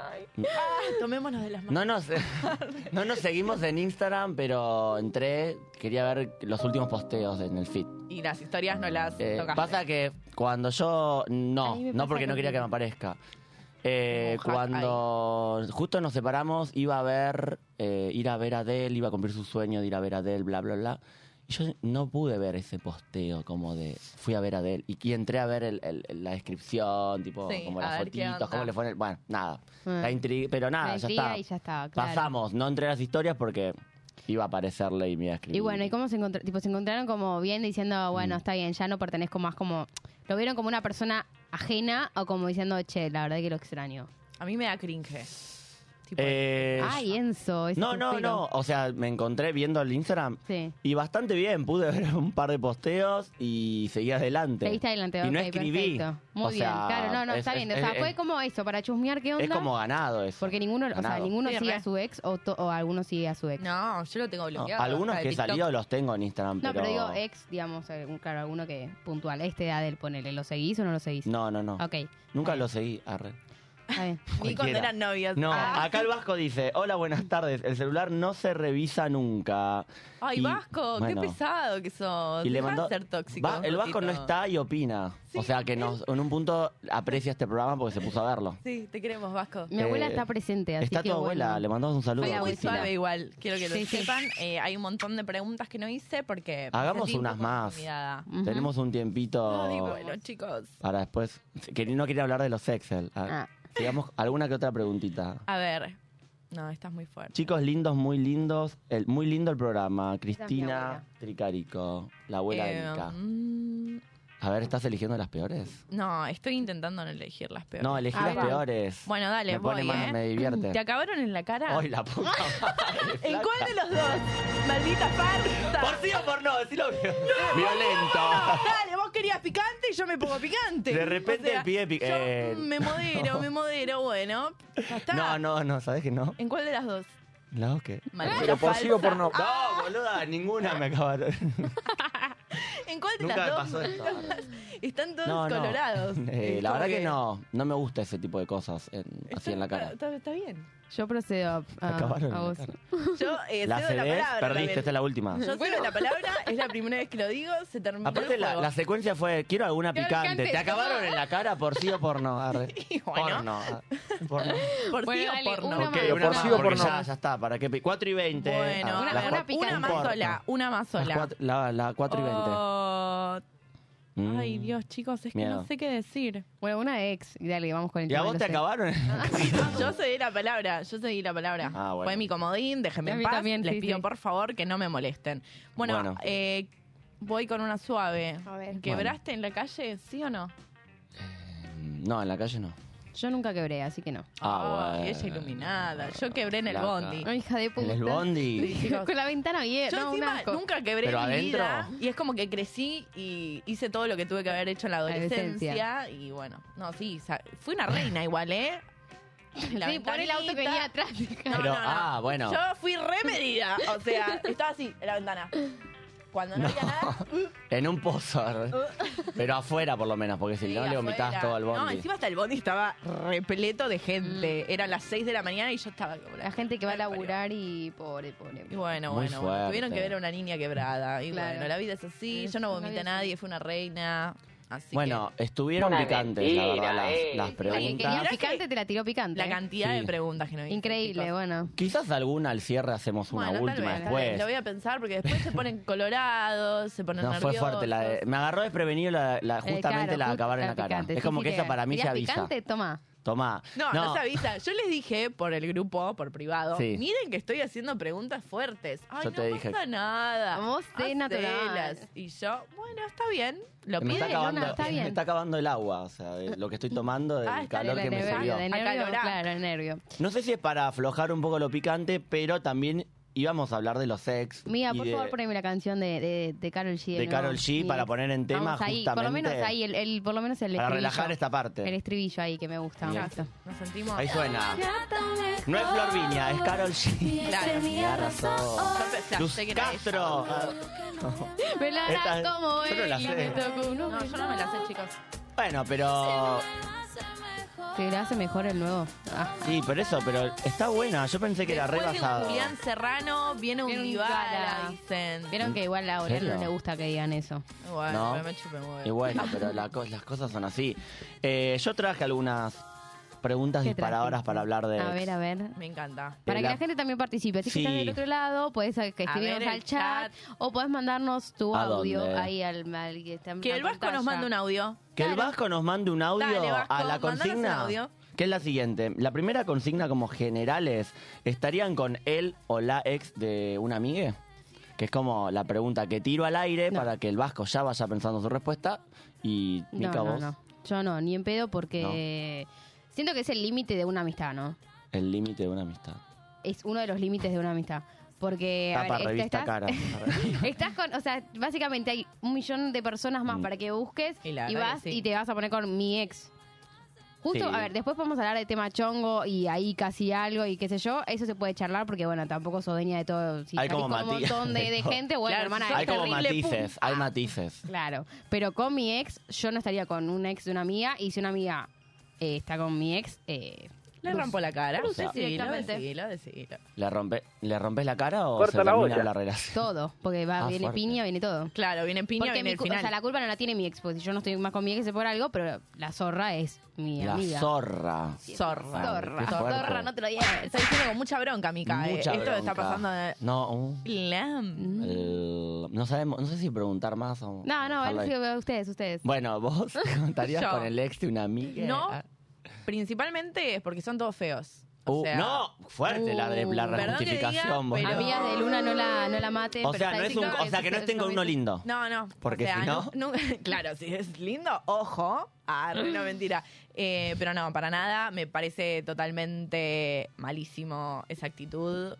Speaker 4: tomémonos de las manos.
Speaker 3: No nos, no nos seguimos en Instagram, pero entré, quería ver los últimos posteos en el feed.
Speaker 4: Y las historias no las
Speaker 3: Eh,
Speaker 4: tocaste.
Speaker 3: pasa que cuando yo.
Speaker 5: A
Speaker 3: No,
Speaker 5: mí me
Speaker 3: no
Speaker 5: pasa
Speaker 3: porque no quería que me
Speaker 5: también.
Speaker 3: aparezca.
Speaker 4: Un
Speaker 3: Eh,
Speaker 4: hack
Speaker 3: cuando justo nos separamos, iba a ver, eh, ir a ver a Adele, iba a cumplir su sueño de ir a ver a Adele, bla, bla, bla. Y yo no pude ver ese posteo como de fui a ver a Adele. Y, y entré a ver el- el- el- la descripción, tipo,
Speaker 4: Sí,
Speaker 3: como
Speaker 4: a
Speaker 3: las
Speaker 4: ver qué
Speaker 3: fotitos,
Speaker 4: onda.
Speaker 3: cómo le fue en el- Bueno, nada.
Speaker 5: Ah.
Speaker 3: La intriga, pero nada,
Speaker 5: La
Speaker 3: ya
Speaker 5: intriga
Speaker 3: está.
Speaker 5: y ya está, claro.
Speaker 3: Pasamos, no entré a las historias porque iba a aparecerle y me iba a escribir.
Speaker 5: Y bueno, ¿y cómo se encontraron? Tipo, se encontraron como bien diciendo,
Speaker 3: Mm.
Speaker 5: bueno, está bien, ya no pertenezco más como... ¿Lo vieron como una persona ajena o como diciendo, che, la verdad que lo extraño?
Speaker 4: A mí me da cringe. Tipo,
Speaker 3: Eh,
Speaker 5: Ay, Enzo, ese
Speaker 3: No, no,
Speaker 5: suspiro.
Speaker 3: no. O sea, me encontré viendo el Instagram
Speaker 5: Sí.
Speaker 3: y bastante bien. Pude ver un par de posteos y seguí adelante.
Speaker 5: Seguiste adelante,
Speaker 3: Y no
Speaker 5: ok,
Speaker 3: escribí.
Speaker 5: perfecto. Muy
Speaker 3: O
Speaker 5: bien,
Speaker 3: sea,
Speaker 5: claro, no, no,
Speaker 3: es-
Speaker 5: está
Speaker 3: es-
Speaker 5: bien. O sea,
Speaker 3: es-
Speaker 5: fue
Speaker 3: es-
Speaker 5: como eso, para chusmear qué onda.
Speaker 3: Es como ganado eso.
Speaker 5: Porque ninguno, o sea,
Speaker 3: Ganado.
Speaker 5: ninguno
Speaker 4: Sí,
Speaker 5: sigue
Speaker 4: re.
Speaker 5: a su ex o, to- o alguno sigue a su ex.
Speaker 4: No, yo lo tengo
Speaker 3: No,
Speaker 4: bloqueado.
Speaker 3: algunos
Speaker 4: hasta de
Speaker 3: que he
Speaker 4: TikTok.
Speaker 3: salido los tengo en Instagram,
Speaker 5: No,
Speaker 3: pero...
Speaker 5: pero digo ex, digamos, algún- claro, alguno que puntual. Este de Adel, ponele, ¿lo seguís o no lo seguís?
Speaker 3: No, no, no.
Speaker 5: Ok.
Speaker 3: Nunca lo seguí, arre.
Speaker 5: Está bien.
Speaker 4: Ni cuando
Speaker 3: Cualquiera.
Speaker 4: eran novias.
Speaker 3: No,
Speaker 4: Ah.
Speaker 3: acá el Vasco dice, hola, buenas tardes, el celular no se revisa nunca.
Speaker 4: Ay,
Speaker 3: Y-
Speaker 4: Vasco,
Speaker 3: bueno,
Speaker 4: qué pesado que sos.
Speaker 3: Y le
Speaker 4: Dejá de
Speaker 3: mandó,
Speaker 4: ser tóxico.
Speaker 3: Va-
Speaker 4: un
Speaker 3: el Vasco no
Speaker 4: ratito.
Speaker 3: está y opina. o sea que nos, en un punto aprecia este programa porque se puso a verlo.
Speaker 4: Sí, te queremos, Vasco.
Speaker 5: Mi abuela
Speaker 3: Eh,
Speaker 5: está presente, así
Speaker 3: Está
Speaker 5: que
Speaker 3: tu abuela,
Speaker 5: bueno.
Speaker 3: le mandamos un saludo.
Speaker 5: Hola,
Speaker 4: Fue muy
Speaker 5: abuelita.
Speaker 4: suave igual, quiero que lo
Speaker 5: Sí, sí.
Speaker 4: sepan. Eh, hay un montón de preguntas que no hice porque... me
Speaker 3: Hagamos
Speaker 4: sentí un
Speaker 3: unas
Speaker 4: poco
Speaker 3: más. Oh.
Speaker 4: intimidada.
Speaker 5: Ujú.
Speaker 3: Tenemos un tiempito
Speaker 4: Ay, bueno, chicos.
Speaker 3: para después. Que no quería hablar de los Excel.
Speaker 5: Ah.
Speaker 3: A- Digamos alguna que otra preguntita.
Speaker 4: A ver. No, estás muy fuerte.
Speaker 3: Chicos lindos, muy lindos. El, muy lindo el programa.
Speaker 5: abuela.
Speaker 3: Cristina Tricarico, la abuela
Speaker 4: Eh,
Speaker 3: de Mica.
Speaker 4: mm,
Speaker 3: A ver, ¿estás eligiendo las peores?
Speaker 4: no, estoy intentando no elegir las peores.
Speaker 3: No, elegí
Speaker 5: Ah,
Speaker 3: las
Speaker 5: va.
Speaker 3: peores.
Speaker 4: Bueno, dale,
Speaker 3: me pone
Speaker 4: voy,
Speaker 3: más-
Speaker 4: ¿eh?
Speaker 3: me divierte.
Speaker 4: ¿Te acabaron en la cara?
Speaker 3: Ay, la puta madre,
Speaker 4: ¿En
Speaker 3: flaca.
Speaker 4: cuál de los dos? Maldita farsa.
Speaker 3: Por sí o por no, decilo bien. Violento.
Speaker 4: Dale, vos querías picante y yo me pongo picante.
Speaker 3: De repente el pie pic-
Speaker 4: yo
Speaker 3: eh,
Speaker 4: me modero, me modero, bueno. Ya está.
Speaker 3: No, no, no, ¿sabes que no?
Speaker 4: ¿En cuál de las dos?
Speaker 3: No, ¿qué?
Speaker 4: Maldita
Speaker 6: Pero por sí o
Speaker 4: falsa.
Speaker 6: por no.
Speaker 3: No, boluda, ninguna me acabaron.
Speaker 4: ¿En cuál de
Speaker 3: Nunca me
Speaker 4: las
Speaker 3: pasó
Speaker 4: dos?
Speaker 3: esto.
Speaker 4: Están todos
Speaker 3: No, no.
Speaker 4: colorados.
Speaker 3: Eh,
Speaker 4: Es
Speaker 3: la
Speaker 4: como
Speaker 3: verdad que no, no me gusta ese tipo de cosas en- así
Speaker 4: Está-
Speaker 3: en la cara.
Speaker 4: Está, está bien.
Speaker 5: Yo procedo a, a-
Speaker 3: Acabaron
Speaker 5: a
Speaker 3: en la
Speaker 5: vos.
Speaker 3: cara.
Speaker 4: Yo eh,
Speaker 3: La
Speaker 4: cedo la
Speaker 3: cedés,
Speaker 4: palabra.
Speaker 3: perdiste, esta es
Speaker 4: también.
Speaker 3: la última.
Speaker 4: Yo cedo la palabra, es la primera vez que lo digo, se terminó
Speaker 3: Aparte
Speaker 4: el
Speaker 3: la,
Speaker 4: juego.
Speaker 3: la secuencia fue, quiero alguna
Speaker 5: Quiero
Speaker 3: picante.
Speaker 5: picante,
Speaker 3: Te acabaron
Speaker 5: toma.
Speaker 3: en la cara por sí o por no. arre.
Speaker 4: Y bueno.
Speaker 3: Porno. ah, Porno.
Speaker 4: Por
Speaker 5: Bueno,
Speaker 4: sí o
Speaker 5: dale,
Speaker 4: por no.
Speaker 5: una más.
Speaker 3: Ok, una
Speaker 6: Por
Speaker 3: más,
Speaker 6: sí o por
Speaker 3: porque
Speaker 6: no.
Speaker 3: Ya, ya está, para qué 4 y 20.
Speaker 4: Bueno,
Speaker 3: Ah,
Speaker 5: una-
Speaker 3: las
Speaker 5: una
Speaker 3: cuatro-
Speaker 5: picante.
Speaker 4: una más
Speaker 3: un porno.
Speaker 4: sola, una más
Speaker 3: Las
Speaker 4: sola.
Speaker 3: cuatro- La, la 4
Speaker 4: Oh,
Speaker 3: y 20.
Speaker 4: Ay,
Speaker 3: Mm.
Speaker 4: Dios, chicos, es que no
Speaker 3: Miedo.
Speaker 4: sé qué decir.
Speaker 5: Bueno, una ex. Y Dale, vamos con el
Speaker 3: ¿Y a
Speaker 5: tema de
Speaker 3: vos te
Speaker 5: los ex.
Speaker 3: acabaron?
Speaker 4: Ah. yo cedí la palabra, yo cedí la palabra.
Speaker 3: Ah, bueno.
Speaker 4: Fue mi comodín, déjenme
Speaker 5: Y a
Speaker 4: en
Speaker 5: mí
Speaker 4: paz.
Speaker 5: también,
Speaker 4: Les
Speaker 5: sí,
Speaker 4: pido
Speaker 5: sí.
Speaker 4: por favor que no me molesten. Bueno,
Speaker 3: Bueno.
Speaker 4: eh, voy con una suave.
Speaker 5: A ver.
Speaker 4: ¿Quebraste en la calle, sí o no?
Speaker 3: No, en la calle no.
Speaker 5: Yo nunca quebré, así que no.
Speaker 3: Ah,
Speaker 4: Ay,
Speaker 3: bueno.
Speaker 4: ella iluminada. Yo quebré en el
Speaker 3: Flaca.
Speaker 4: bondi.
Speaker 5: Ay, hija de
Speaker 3: En
Speaker 5: puta.
Speaker 3: el bondi.
Speaker 4: Sí, chicos.
Speaker 5: con la ventana
Speaker 4: Yo
Speaker 5: abierta. No, un
Speaker 4: encima
Speaker 5: asco.
Speaker 4: nunca quebré
Speaker 3: Pero
Speaker 4: mi
Speaker 3: adentro.
Speaker 4: vida y es como que crecí y hice todo lo que tuve que haber hecho en la
Speaker 5: Adolescencia.
Speaker 4: adolescencia y bueno, no, sí, sa- fui una reina igual, ¿eh? La
Speaker 5: sí, por el auto que
Speaker 4: ventanita.
Speaker 5: venía atrás. hija.
Speaker 4: No, no,
Speaker 3: Pero,
Speaker 4: no.
Speaker 3: ah, bueno.
Speaker 4: Yo fui remedida, o sea, estaba así en la ventana. Cuando no, había nada, uh,
Speaker 3: En un pozo. arre. Pero afuera, por lo menos, porque si
Speaker 4: sí,
Speaker 3: no le vomitabas
Speaker 4: afuera.
Speaker 3: todo al
Speaker 4: No,
Speaker 3: bondi.
Speaker 4: encima hasta el bondi estaba repleto de gente. Eran las 6 de la mañana y yo estaba como
Speaker 5: Mm. La gente que va a laburar y pobre, pobre.
Speaker 4: Y bueno,
Speaker 3: Muy
Speaker 4: bueno, bueno, tuvieron
Speaker 3: fuerte.
Speaker 4: que ver a una niña quebrada. Y
Speaker 5: Claro.
Speaker 4: bueno, la vida es
Speaker 5: Sí,
Speaker 4: así, yo no
Speaker 5: la
Speaker 4: vomité
Speaker 5: vida
Speaker 4: a
Speaker 5: es
Speaker 4: nadie, fui una reina. Así
Speaker 3: bueno, estuvieron
Speaker 7: Una
Speaker 3: picantes, la
Speaker 7: mentira,
Speaker 3: verdad,
Speaker 7: eh.
Speaker 3: las,
Speaker 7: Oye,
Speaker 3: las
Speaker 5: La que quería
Speaker 3: preguntas.
Speaker 5: picante te la tiró
Speaker 4: que
Speaker 5: picante. ¿eh?
Speaker 4: la cantidad de
Speaker 3: Sí.
Speaker 4: preguntas que no hice,
Speaker 5: Increíble,
Speaker 4: chicos.
Speaker 5: bueno.
Speaker 3: Quizás alguna al cierre hacemos una
Speaker 4: Bueno, tal
Speaker 3: última
Speaker 4: vez, tal vez,
Speaker 3: después.
Speaker 4: Lo voy a pensar porque después se ponen colorados, se ponen
Speaker 3: No, fue
Speaker 4: nerviosos.
Speaker 3: fuerte. La de- me agarró desprevenido la, la-
Speaker 5: Eh,
Speaker 3: justamente
Speaker 5: claro,
Speaker 3: la de
Speaker 5: justo
Speaker 3: acabar en la cara.
Speaker 5: picante.
Speaker 3: es
Speaker 5: Sí,
Speaker 3: como
Speaker 5: sí,
Speaker 3: que
Speaker 5: te-
Speaker 3: esa para mí ya
Speaker 5: ¿querías
Speaker 3: avisa.
Speaker 5: picante? Toma.
Speaker 3: Tomá.
Speaker 4: No, no, se avisa. Yo les dije por el grupo, por privado,
Speaker 3: Sí.
Speaker 4: miren que estoy haciendo preguntas fuertes. Ay,
Speaker 3: Yo
Speaker 4: no
Speaker 3: te
Speaker 4: pasa
Speaker 3: dije.
Speaker 4: nada.
Speaker 5: Vos sé natural.
Speaker 4: Hacelas. Y yo, bueno, está bien. Lo
Speaker 3: me,
Speaker 4: pide,
Speaker 3: está acabando,
Speaker 5: Luna, está
Speaker 3: me
Speaker 5: bien.
Speaker 3: está acabando el agua, o sea, de lo que estoy tomando, del
Speaker 4: Ah, está
Speaker 3: calor
Speaker 4: bien,
Speaker 3: que me
Speaker 4: de-
Speaker 3: subió.
Speaker 5: de nervio,
Speaker 4: Acalorá.
Speaker 5: claro, de nervio.
Speaker 3: No sé si es para aflojar un poco lo picante, pero también íbamos a hablar de los ex.
Speaker 5: Mira,
Speaker 3: y
Speaker 5: por
Speaker 3: de-
Speaker 5: favor, poneme la canción de, de, de Carol G.
Speaker 3: de
Speaker 5: nuevo.
Speaker 3: Karol G
Speaker 5: Sí.
Speaker 3: para poner en tema
Speaker 5: Vamos ahí, por lo menos
Speaker 3: justamente
Speaker 5: ahí, el, el- por lo menos el
Speaker 3: para
Speaker 5: estribillo.
Speaker 3: relajar esta
Speaker 5: El
Speaker 3: parte.
Speaker 5: estribillo ahí que me gusta. me
Speaker 4: Ya,
Speaker 5: gusta.
Speaker 4: Nos sentimos.
Speaker 3: Ahí suena. No es Flor Viña,
Speaker 2: Florvinia,
Speaker 3: es Karol G.
Speaker 4: Claro.
Speaker 2: tenía razón.
Speaker 4: Yo pensé, "Ah,
Speaker 3: Luz
Speaker 4: sé que era ella,
Speaker 3: Castro.
Speaker 4: boludo.
Speaker 5: Me la harás
Speaker 3: Esta-
Speaker 5: como
Speaker 3: yo no la
Speaker 5: él y
Speaker 3: sé.
Speaker 5: me tocó un
Speaker 4: No, yo no me la sé, chicos.
Speaker 3: Bueno, pero
Speaker 5: Te la hace mejor el nuevo. Ah.
Speaker 3: sí, pero eso, pero está buena. Yo pensé que era re
Speaker 4: Después de un
Speaker 3: basado.
Speaker 4: Julián Serrano, viene un
Speaker 5: Viene un
Speaker 4: Dybala,
Speaker 5: Dybala.
Speaker 4: dicen.
Speaker 5: Vieron que igual a Aurel no
Speaker 3: serio?
Speaker 5: le gusta que digan eso.
Speaker 4: Bueno,
Speaker 3: No.
Speaker 4: me chupé muy
Speaker 3: Y
Speaker 4: bien.
Speaker 3: bueno, pero la co- las cosas son así. Eh, yo traje algunas preguntas
Speaker 5: ¿Qué
Speaker 3: disparadoras
Speaker 5: trajiste?
Speaker 3: para hablar de
Speaker 5: A
Speaker 3: ex.
Speaker 5: ver, a ver.
Speaker 4: Me encanta.
Speaker 5: Para
Speaker 3: De
Speaker 5: que
Speaker 3: la-
Speaker 5: la gente también participe. Así
Speaker 3: Sí.
Speaker 5: que estás del otro lado, podés eh, que
Speaker 4: A
Speaker 5: escribirnos
Speaker 4: ver el
Speaker 5: al chat,
Speaker 4: chat.
Speaker 5: o podés mandarnos tu
Speaker 3: ¿A
Speaker 5: audio
Speaker 3: dónde?
Speaker 5: ahí al, al que está en
Speaker 4: Que
Speaker 5: la
Speaker 4: el Vasco nos
Speaker 5: pantalla.
Speaker 4: mande un audio.
Speaker 3: Que el Vasco nos mande un audio
Speaker 4: Dale, Vasco,
Speaker 3: a la
Speaker 4: mandanos un
Speaker 3: consigna.
Speaker 4: audio.
Speaker 3: Que es la siguiente. La primera consigna como generales, ¿estarían con él o la ex de una amiga? Que es como la pregunta que tiro al aire para que el Vasco ya vaya pensando su respuesta. Y
Speaker 5: No,
Speaker 3: Mica,
Speaker 5: no,
Speaker 3: vos,
Speaker 5: no. Yo no, ni en pedo porque siento que es el límite de una amistad, ¿no?
Speaker 3: el límite de una amistad.
Speaker 5: Es uno de los límites de una amistad. Porque a
Speaker 3: Tapa
Speaker 4: este
Speaker 5: ver, eh,
Speaker 3: revista
Speaker 5: estás,
Speaker 3: cara.
Speaker 5: estás con, o sea, básicamente hay un millón de personas más
Speaker 3: Mm.
Speaker 5: para que busques
Speaker 4: Y
Speaker 5: y,
Speaker 4: la verdad
Speaker 5: vas
Speaker 4: que sí.
Speaker 5: y te vas a poner con mi ex. Justo,
Speaker 3: Sí.
Speaker 5: a ver, después podemos hablar de tema chongo y ahí casi algo y qué sé yo. Eso se puede charlar porque, bueno, tampoco sos dueña de todo. Si
Speaker 3: Hay
Speaker 5: salís
Speaker 3: como
Speaker 5: con un
Speaker 3: matices
Speaker 5: montón de,
Speaker 3: de
Speaker 5: de
Speaker 3: todo.
Speaker 5: gente, bueno,
Speaker 4: Claro,
Speaker 5: hermana,
Speaker 4: sos
Speaker 3: hay como
Speaker 4: terrible
Speaker 3: matices, Ah. hay matices.
Speaker 4: Ah.
Speaker 5: Claro, pero con mi ex yo no estaría con un ex de una amiga y si una amiga eh, está con mi ex, eh,
Speaker 4: Le rompo la cara.
Speaker 5: Bruce,
Speaker 4: Decilo,
Speaker 5: directamente.
Speaker 4: decilo, decilo.
Speaker 3: ¿Le, rompe, ¿Le rompes la cara o
Speaker 6: Corta
Speaker 3: se
Speaker 6: la
Speaker 3: termina
Speaker 6: olla.
Speaker 3: la relación?
Speaker 5: todo, porque va,
Speaker 3: Ah,
Speaker 5: viene
Speaker 3: fuerte.
Speaker 5: piña, viene todo.
Speaker 4: Claro, viene piña,
Speaker 5: Porque
Speaker 4: viene
Speaker 5: mi,
Speaker 4: el
Speaker 5: cu- o
Speaker 4: final.
Speaker 5: sea, la culpa no la tiene mi ex, porque yo no estoy más con mi ex por algo, pero la zorra es mi
Speaker 3: La
Speaker 5: amiga.
Speaker 3: zorra.
Speaker 4: Zorra.
Speaker 5: Zorra.
Speaker 3: Qué
Speaker 4: Zorra,
Speaker 3: fuerte.
Speaker 4: zorra, no te lo digas. Estoy diciendo con mucha bronca, Mica. eh.
Speaker 3: Mucha
Speaker 4: Esto está
Speaker 3: bronca.
Speaker 4: pasando de...
Speaker 3: No, uh. un-
Speaker 4: Lam.
Speaker 3: el- no sabemos, no sé si preguntar más o...
Speaker 5: No, no,
Speaker 3: dejarlo
Speaker 5: él
Speaker 3: ahí.
Speaker 5: sí, ustedes, ustedes.
Speaker 3: Bueno, vos te contarías
Speaker 4: Yo.
Speaker 3: con el ex de una amiga.
Speaker 4: No,
Speaker 3: Ah.
Speaker 4: principalmente es porque son todos feos. O
Speaker 3: Uh,
Speaker 4: sea,
Speaker 3: no, fuerte la, de- la
Speaker 4: Uh, perdón que diga,
Speaker 3: justificación. boludo.
Speaker 4: pero-
Speaker 5: Amigas de Luna no la, no la maten.
Speaker 3: o
Speaker 5: eh, pero
Speaker 3: sea,
Speaker 5: está
Speaker 3: no es un,
Speaker 5: diciendo
Speaker 3: o sea, que no
Speaker 5: es-
Speaker 3: estén con uno lindo.
Speaker 4: No, no.
Speaker 3: Porque
Speaker 4: o sea,
Speaker 3: si no-
Speaker 4: nu- nu- claro, si es lindo, ojo. Ah, no, mentira. Eh, pero no, para nada. Me parece totalmente malísimo esa actitud.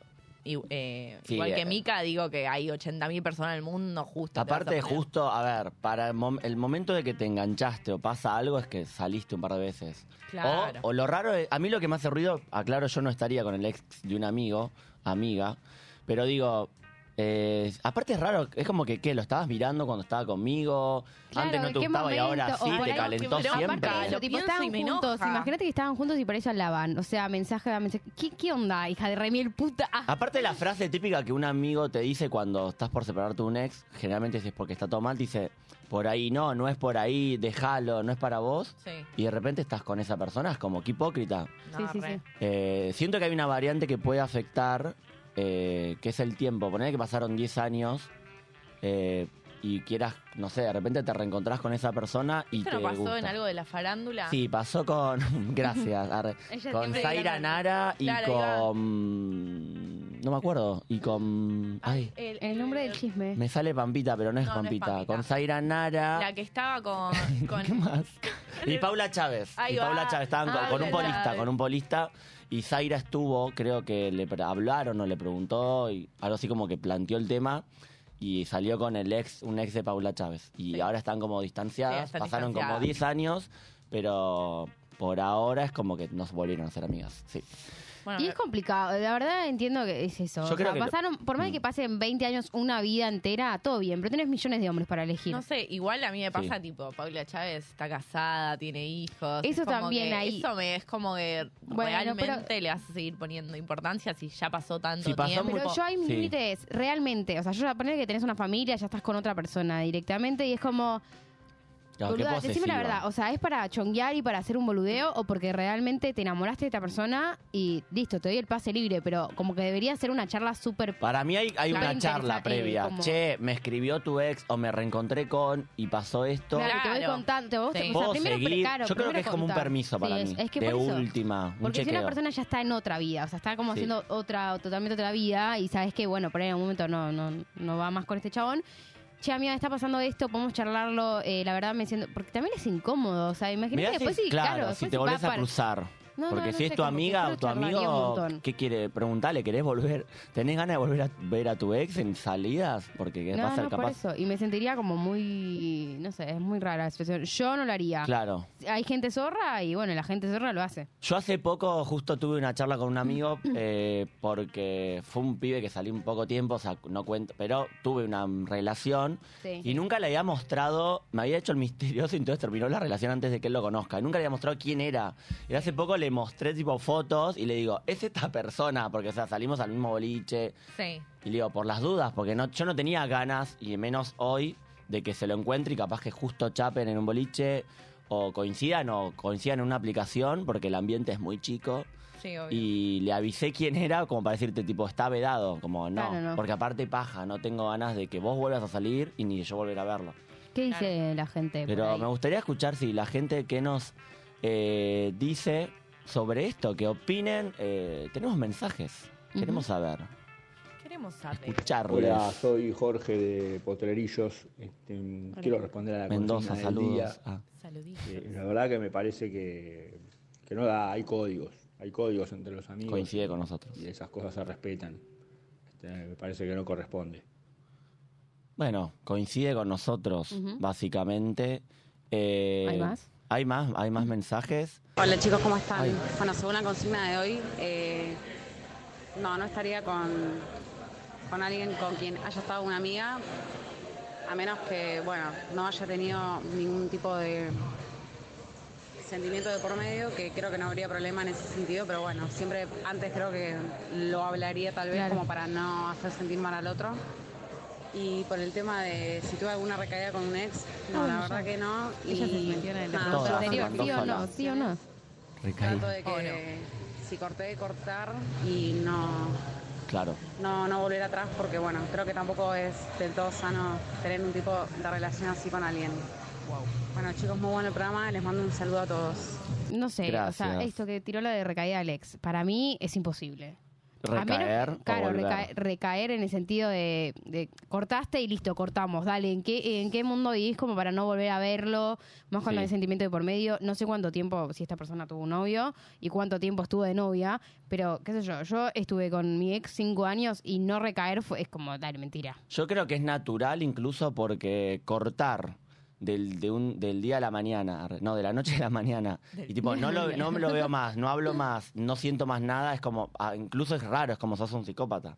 Speaker 4: Y, eh,
Speaker 3: Sí,
Speaker 4: igual que
Speaker 3: eh.
Speaker 4: Mica, digo que hay 80.000 personas en el mundo justo. te vas a
Speaker 3: Aparte,
Speaker 4: poner-
Speaker 3: justo, a ver, para el, mom- el momento de que te enganchaste o pasa algo es que saliste un par de veces.
Speaker 4: Claro.
Speaker 3: O, o lo raro, es- a mí lo que me hace ruido, aclaro, yo no estaría con el ex de un amigo, amiga, pero digo, eh, aparte es raro, es como que, ¿qué? ¿Lo estabas mirando cuando estaba conmigo?
Speaker 5: Claro,
Speaker 3: Antes no te
Speaker 5: ¿en qué
Speaker 3: gustaba y ahora
Speaker 5: momento? O
Speaker 3: sí,
Speaker 5: por
Speaker 3: te
Speaker 5: ahí-
Speaker 4: pero
Speaker 3: calentó
Speaker 4: aparte
Speaker 3: siempre.
Speaker 5: Eso,
Speaker 4: Lo
Speaker 5: tipo,
Speaker 4: pienso
Speaker 5: estaban
Speaker 4: y me
Speaker 5: juntos,
Speaker 4: enoja.
Speaker 5: imagínate que estaban juntos y por eso hablaban. O sea, mensaje, a mensaje. ¿Qué, qué onda, hija de remil puta? Ah,
Speaker 3: Aparte la frase típica que un amigo te dice cuando estás por separarte de un ex, generalmente si es porque está todo mal, te dice, por ahí no, no es por ahí, déjalo, no es para vos.
Speaker 4: Sí.
Speaker 3: Y de repente estás con esa persona, es como que hipócrita.
Speaker 4: No,
Speaker 5: Sí, sí,
Speaker 4: re.
Speaker 5: sí.
Speaker 3: Eh, siento que hay una variante que puede afectar, eh, que es el tiempo. Poner que pasaron 10 años eh, y quieras, no sé, de repente te reencontrás con esa persona y
Speaker 4: ¿Esto
Speaker 3: te
Speaker 4: no pasó
Speaker 3: gusta.
Speaker 4: en algo de la farándula?
Speaker 3: Sí, pasó con. Gracias. arre,
Speaker 5: Ella
Speaker 3: con
Speaker 5: siempre
Speaker 3: Zaira
Speaker 5: diga-
Speaker 3: Nara y
Speaker 4: Claro, iba-
Speaker 3: con. No me acuerdo. Y con. Ay,
Speaker 5: El nombre del chisme.
Speaker 3: me sale Pampita, pero no es
Speaker 4: No, no es
Speaker 3: Pampita.
Speaker 4: Pampita.
Speaker 3: Con Zaira Nara.
Speaker 4: La que estaba con.
Speaker 3: ¿Qué
Speaker 4: con
Speaker 3: más? Y Paula Chávez.
Speaker 4: Ahí
Speaker 3: y
Speaker 4: va. Ah,
Speaker 3: Paula Chávez estaban con, con
Speaker 4: Paula
Speaker 3: un polista,
Speaker 4: Chávez.
Speaker 3: con un polista. Y Zaira estuvo, creo que le pre- hablaron o le preguntó, y algo así como que planteó el tema. Y salió con el ex, un ex de Paula Chávez. Y
Speaker 4: Sí.
Speaker 3: ahora están como distanciadas.
Speaker 4: Sí, están
Speaker 3: Pasaron
Speaker 4: distanciadas.
Speaker 3: como 10 años, pero por ahora es como que nos volvieron a ser amigas. Sí.
Speaker 4: bueno,
Speaker 5: Y es complicado, la verdad entiendo que es eso.
Speaker 3: Yo
Speaker 5: O sea,
Speaker 3: creo que lo- Mm.
Speaker 5: pasaron, por más de que pasen 20 años una vida entera, todo bien, pero tenés millones de hombres para elegir.
Speaker 4: No sé, igual a mí me pasa,
Speaker 3: Sí.
Speaker 4: tipo, Paula Chávez está casada, tiene hijos.
Speaker 5: Eso
Speaker 4: es como
Speaker 5: también
Speaker 4: que-
Speaker 5: ahí.
Speaker 4: Eso me, es como que
Speaker 5: Bueno,
Speaker 4: realmente
Speaker 5: pero-
Speaker 4: le vas a seguir poniendo importancia si ya pasó tanto
Speaker 3: Si pasó
Speaker 4: tiempo.
Speaker 3: muy
Speaker 5: Pero yo hay mis
Speaker 3: Sí.
Speaker 5: límites, realmente. O sea, yo poner que tenés una familia, ya estás con otra persona directamente y es como,
Speaker 3: Claro, qué
Speaker 5: boluda, decime la
Speaker 3: posesiva.
Speaker 5: verdad. O sea, ¿es para chonguear y para hacer un boludeo o porque realmente te enamoraste de esta persona y listo, te doy el pase libre? Pero como que debería ser una charla súper...
Speaker 3: Para mí hay, hay
Speaker 5: Claro,
Speaker 3: una
Speaker 5: interesa-
Speaker 3: charla
Speaker 5: eh,
Speaker 3: previa.
Speaker 5: como-
Speaker 3: Che, me escribió tu ex o me reencontré con y pasó esto.
Speaker 5: Claro, te voy
Speaker 4: Claro.
Speaker 5: contando. te voy-
Speaker 4: Sí.
Speaker 5: o sea,
Speaker 3: Puedo
Speaker 5: primero,
Speaker 3: seguir.
Speaker 5: claro,
Speaker 3: Yo creo
Speaker 5: primero
Speaker 3: que es como un
Speaker 5: contar.
Speaker 3: permiso para
Speaker 5: Sí,
Speaker 3: mí.
Speaker 5: es- es que
Speaker 3: de
Speaker 5: por eso.
Speaker 3: última.
Speaker 5: Porque
Speaker 3: un
Speaker 5: si una
Speaker 3: chequeo.
Speaker 5: persona ya está en otra vida, o sea, está como
Speaker 3: Sí.
Speaker 5: haciendo otra, totalmente otra vida y sabes que, bueno, por ahí en algún momento no, no, no va más con este chabón. Che, amiga, está pasando esto, podemos charlarlo, eh, la verdad me siento... Porque también es incómodo, o sea,
Speaker 3: Mirá
Speaker 5: imagínate
Speaker 3: si-
Speaker 5: después si,
Speaker 3: claro,
Speaker 5: después
Speaker 3: si te volvés
Speaker 5: va
Speaker 3: a
Speaker 5: para-
Speaker 3: cruzar.
Speaker 5: No, no,
Speaker 3: Porque
Speaker 5: no
Speaker 3: si es
Speaker 5: sé,
Speaker 3: tu
Speaker 5: como que
Speaker 3: amiga
Speaker 5: yo
Speaker 3: o tu
Speaker 5: charlaría un
Speaker 3: amigo,
Speaker 5: montón.
Speaker 3: ¿qué quiere? Preguntale, ¿querés volver? ¿Tenés ganas de volver a ver a tu ex en salidas? Porque va a
Speaker 5: No,
Speaker 3: ser
Speaker 5: no, por
Speaker 3: capaz.
Speaker 5: eso. Y me sentiría como muy, no sé, es muy rara la situación. Yo no lo haría.
Speaker 3: Claro.
Speaker 5: Hay gente zorra y bueno, la gente zorra lo hace.
Speaker 3: Yo hace poco justo tuve una charla con un amigo eh, porque fue un pibe que salió un poco tiempo, o sea, no cuento, pero tuve una relación
Speaker 5: Sí.
Speaker 3: y nunca le había mostrado, me había hecho el misterioso y entonces terminó la relación antes de que él lo conozca. Y nunca le había mostrado quién era. Y hace poco le mostré tipo fotos y le digo, es esta persona, porque o sea, salimos al mismo boliche.
Speaker 4: Sí.
Speaker 3: Y le digo, por las dudas, porque no, yo no tenía ganas, y menos hoy, de que se lo encuentre y capaz que justo chapen en un boliche o coincidan o coincidan en una aplicación, porque el ambiente es muy chico.
Speaker 4: Sí, obvio.
Speaker 3: Y le avisé quién era, como para decirte, tipo, está vedado, como no,
Speaker 5: Claro, no.
Speaker 3: porque aparte paja, no tengo ganas de que vos vuelvas a salir y ni yo volver a verlo.
Speaker 5: ¿Qué dice la gente? Eh, por
Speaker 3: Pero
Speaker 5: ahí?
Speaker 3: me gustaría escuchar si la gente que nos eh, dice sobre esto, que opinen, eh, tenemos mensajes, queremos saber,
Speaker 4: Queremos saber.
Speaker 3: escucharles.
Speaker 7: Hola, soy Jorge de Potrerillos. Este, quiero responder a la
Speaker 3: Mendoza,
Speaker 7: consigna del día.
Speaker 3: saludos. Ah.
Speaker 4: Saluditos.
Speaker 7: Eh, la verdad que me parece que, que no da, hay códigos, hay códigos entre los amigos.
Speaker 3: coincide con nosotros.
Speaker 7: Y esas cosas se respetan. Este, me parece que no corresponde.
Speaker 3: Bueno, coincide con nosotros,
Speaker 5: Ujú.
Speaker 3: básicamente. Eh,
Speaker 5: ¿Hay más?
Speaker 3: Hay más, hay más mensajes.
Speaker 8: Hola chicos, ¿cómo están?
Speaker 3: Ay.
Speaker 8: Bueno, según la consigna de hoy, eh, no, no estaría con, con alguien con quien haya estado una amiga, a menos que, bueno, no haya tenido ningún tipo de sentimiento de por medio, que creo que no habría problema en ese sentido, pero bueno, siempre antes creo que lo hablaría tal vez
Speaker 5: Claro.
Speaker 8: como para no hacer sentir mal al otro. Y por el tema de si tuve alguna recaída con un ex, no,
Speaker 5: No,
Speaker 8: la
Speaker 5: Ah, no,
Speaker 8: verdad
Speaker 5: ya.
Speaker 8: que no.
Speaker 5: Ella se
Speaker 8: y
Speaker 5: metió en el
Speaker 8: nada,
Speaker 3: Todas,
Speaker 8: yo
Speaker 5: anterior,
Speaker 8: tengo
Speaker 5: sí o no,
Speaker 3: Todas.
Speaker 5: sí o no.
Speaker 3: Recaí.
Speaker 8: Trato de que
Speaker 4: Oh, no.
Speaker 8: si corté, cortar y no,
Speaker 3: Claro.
Speaker 8: no, no volver atrás porque bueno, creo que tampoco es del todo sano tener un tipo de relación así con alguien. Bueno chicos, muy bueno el programa, les mando un saludo a todos.
Speaker 5: No sé, o sea,
Speaker 3: Gracias.
Speaker 5: esto que tiró la de recaída Alex, para mí es imposible. A menos-
Speaker 3: Recaer. o
Speaker 5: claro,
Speaker 3: volver.
Speaker 5: recaer, recaer en el sentido de, de cortaste y listo, cortamos. Dale, ¿en qué, ¿en qué mundo vivís como para no volver a verlo? Más cuando
Speaker 3: Sí.
Speaker 5: hay sentimiento de por medio. No sé cuánto tiempo, si esta persona tuvo un novio y cuánto tiempo estuvo de novia, pero qué sé yo, yo estuve con mi ex cinco años y no recaer fue, es como, dale, mentira.
Speaker 3: Yo creo que es natural incluso porque cortar del, de un, del día a la mañana, arre, no, de la noche a la mañana, y tipo, no, lo, no me lo veo más, no hablo más, no siento más nada, es como, ah, incluso es raro, es como sos un psicópata.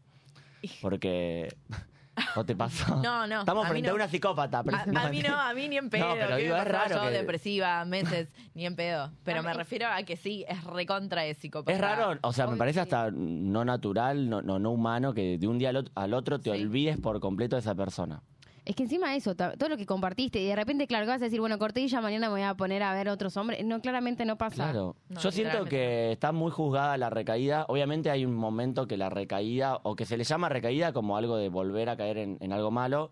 Speaker 3: Porque... ¿O te pasó?
Speaker 4: No, no,
Speaker 3: Estamos
Speaker 4: a mí
Speaker 3: frente a
Speaker 4: no.
Speaker 3: una psicópata. Pero
Speaker 4: A, a mí no, a mí ni en pedo.
Speaker 3: No, pero
Speaker 4: ¿qué
Speaker 3: digo,
Speaker 4: me
Speaker 3: es
Speaker 4: pasaba
Speaker 3: raro
Speaker 4: Yo
Speaker 3: que-
Speaker 4: depresiva, meses, ni en pedo. Pero
Speaker 5: A
Speaker 4: me
Speaker 5: mí-
Speaker 4: refiero a que sí, es recontra de psicópata.
Speaker 3: Es raro, o sea, me
Speaker 5: Hoy sí.
Speaker 3: parece hasta no natural, no, no, no humano, que de un día al ot- al otro te
Speaker 4: Sí.
Speaker 3: olvides por completo de esa persona.
Speaker 5: Es que encima de eso, ta- todo lo que compartiste, y de repente, claro, que vas a decir, bueno, corté y ya mañana me voy a poner a ver otros hombres. No, claramente no pasa.
Speaker 3: Claro.
Speaker 4: No,
Speaker 3: Yo siento
Speaker 4: literalmente
Speaker 3: que está muy juzgada la recaída. Obviamente hay un momento que la recaída, o que se le llama recaída como algo de volver a caer en, en algo malo,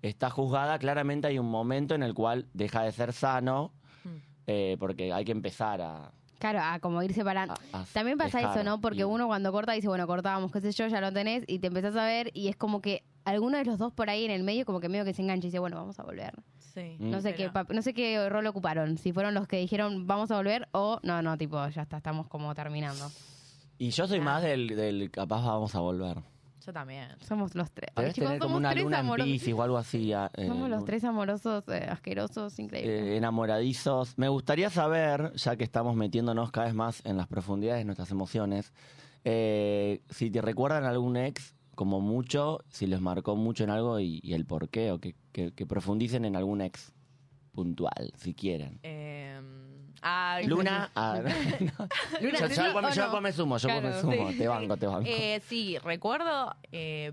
Speaker 3: está juzgada. Claramente hay un momento en el cual deja de ser sano,
Speaker 4: Mm.
Speaker 3: eh, porque hay que empezar a...
Speaker 5: Claro, a como ir separando.
Speaker 3: A- a
Speaker 5: También pasa
Speaker 3: dejar
Speaker 5: eso, ¿no? Porque
Speaker 3: ir.
Speaker 5: uno cuando corta dice, bueno, cortábamos, qué sé yo, ya lo tenés, y te empezás a ver, y es como que alguno de los dos por ahí en el medio, como que medio que se engancha y dice, bueno, vamos a volver.
Speaker 4: Sí.
Speaker 3: Mm.
Speaker 5: No sé, qué,
Speaker 4: Pero-
Speaker 5: pap- no sé qué rol ocuparon, si fueron los que dijeron, vamos a volver, o no, no, tipo, ya está, estamos como terminando.
Speaker 3: Y yo soy más del, del capaz vamos a volver.
Speaker 4: Yo también.
Speaker 5: Somos los tres. Ay,
Speaker 3: Debes
Speaker 5: chicos,
Speaker 3: tener como
Speaker 5: somos
Speaker 3: una
Speaker 5: tres
Speaker 3: luna en
Speaker 5: amorosos.
Speaker 3: Piscis o algo así. ah, eh,
Speaker 5: Somos los
Speaker 3: un-
Speaker 5: tres amorosos, eh, asquerosos, increíbles.
Speaker 3: eh, enamoradizos. Me gustaría saber, ya que estamos metiéndonos cada vez más en las profundidades de nuestras emociones, eh, si te recuerdan algún ex como mucho, si les marcó mucho en algo y, y el por qué, o que, que- que profundicen en algún ex puntual, si quieren.
Speaker 4: Eh, ay,
Speaker 3: Luna, ah, no.
Speaker 5: Luna,
Speaker 3: yo, yo
Speaker 5: ¿sí
Speaker 3: después
Speaker 5: o
Speaker 3: me- yo
Speaker 5: no?
Speaker 3: después me sumo, yo después
Speaker 5: Claro,
Speaker 3: me sumo, te banco, te banco.
Speaker 4: Eh, sí, recuerdo, eh,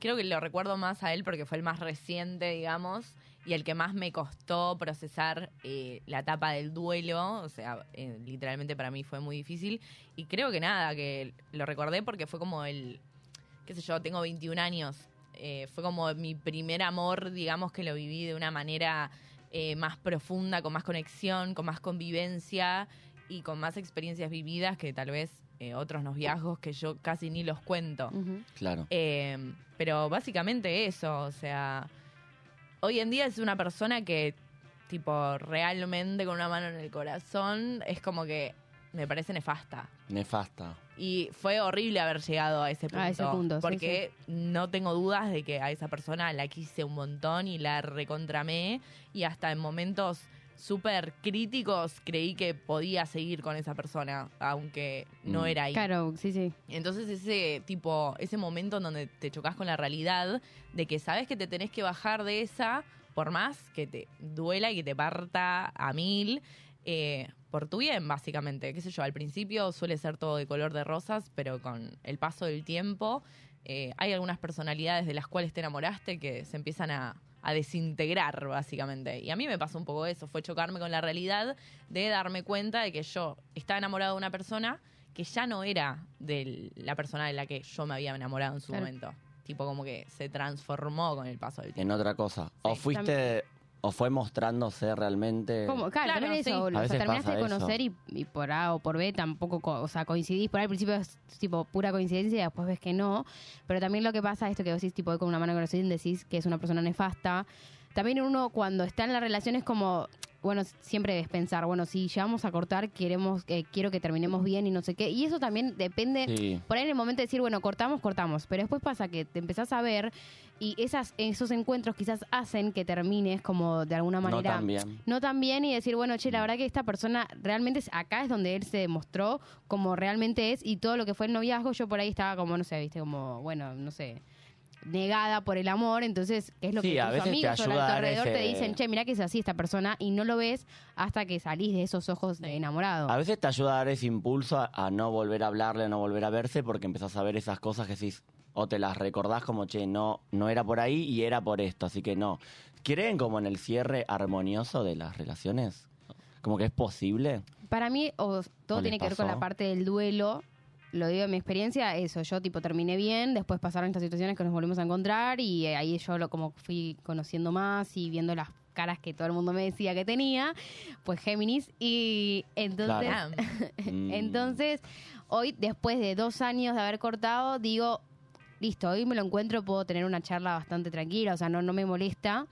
Speaker 4: creo que lo recuerdo más a él porque fue el más reciente, digamos, y el que más me costó procesar eh, la etapa del duelo, o sea, eh, literalmente para mí fue muy difícil, y creo que nada, que lo recordé porque fue como el, qué sé yo, tengo 21 años, eh, fue como mi primer amor, digamos, que lo viví de una manera eh, más profunda, con más conexión, con más convivencia y con más experiencias vividas que tal vez eh, otros noviazgos que yo casi ni los cuento.
Speaker 5: Ujú.
Speaker 3: claro.
Speaker 4: Eh, pero básicamente eso, o sea, hoy en día es una persona que, tipo, realmente con una mano en el corazón es como que me parece nefasta.
Speaker 3: Nefasta.
Speaker 4: Y fue horrible haber llegado a ese punto.
Speaker 5: A ese punto, sí,
Speaker 4: porque no tengo dudas de que a esa persona la quise un montón y la recontramé. Y hasta en momentos súper críticos creí que podía seguir con esa persona, aunque no
Speaker 3: Mm.
Speaker 4: era ahí.
Speaker 5: Claro, sí, sí.
Speaker 4: Entonces ese tipo, ese momento en donde te chocas con la realidad de que sabes que te tenés que bajar de esa, por más que te duela y que te parta a mil, eh, por tu bien, básicamente. Qué sé yo, al principio suele ser todo de color de rosas, pero con el paso del tiempo eh, hay algunas personalidades de las cuales te enamoraste que se empiezan a, a desintegrar, básicamente. Y a mí me pasó un poco eso, fue chocarme con la realidad de darme cuenta de que yo estaba enamorado de una persona que ya no era de la persona de la que yo me había enamorado en su
Speaker 5: Claro.
Speaker 4: momento. Tipo como que se transformó con el paso del tiempo.
Speaker 3: En otra cosa. O
Speaker 4: Sí,
Speaker 3: fuiste, o fue mostrándose realmente...
Speaker 5: Como, claro,
Speaker 4: Claro,
Speaker 5: también
Speaker 4: sí.
Speaker 5: eso, boludo.
Speaker 3: A
Speaker 5: O sea,
Speaker 3: veces
Speaker 5: terminaste de
Speaker 3: pasa eso.
Speaker 5: conocer y, y por A o por B tampoco, co- o sea, coincidís. Por ahí al principio es tipo pura coincidencia y después ves que no. Pero también lo que pasa es esto que vos decís, tipo, con una mano en el corazón decís que es una persona nefasta. También uno cuando está en la relación es como, bueno, siempre debes pensar, bueno, si llegamos a cortar, queremos, eh, quiero que terminemos bien y no sé qué. Y eso también depende,
Speaker 3: Sí.
Speaker 5: por ahí en el momento de decir, bueno, cortamos, cortamos. Pero después pasa que te empezás a ver y esas, esos encuentros quizás hacen que termines como de alguna
Speaker 3: No
Speaker 5: manera
Speaker 3: tan bien.
Speaker 5: no tan bien y decir, bueno, che, la verdad que esta persona realmente es, acá es donde él se demostró como realmente es y todo lo que fue el noviazgo, yo por ahí estaba como, no sé, viste, como, bueno, no sé. negada por el amor, entonces que es lo
Speaker 3: Sí,
Speaker 5: que
Speaker 3: a
Speaker 5: tus
Speaker 3: veces te
Speaker 5: amigos o los de
Speaker 3: ayuda a
Speaker 5: tu
Speaker 3: dar
Speaker 5: alrededor te
Speaker 3: ese-
Speaker 5: dicen, che, mira que es así esta persona y no lo ves hasta que salís de esos ojos de enamorado.
Speaker 3: A veces te ayuda a dar ese impulso a, a no volver a hablarle, a no volver a verse, porque empezás a ver esas cosas que decís, o te las recordás como, che, no, no era por ahí y era por esto, así que no. ¿Creen como en el cierre armonioso de las relaciones? Como que es posible.
Speaker 5: Para mí, o todo
Speaker 3: ¿O les
Speaker 5: tiene que ver con
Speaker 3: pasó?
Speaker 5: la parte del duelo. Lo digo en mi experiencia, eso, yo tipo terminé bien, después pasaron estas situaciones que nos volvimos a encontrar y eh, ahí yo lo como fui conociendo más y viendo las caras que todo el mundo me decía que tenía, pues Géminis y entonces
Speaker 3: Claro. Mm.
Speaker 5: entonces hoy después de dos años de haber cortado digo listo hoy me lo encuentro puedo tener una charla bastante tranquila o sea no no me molesta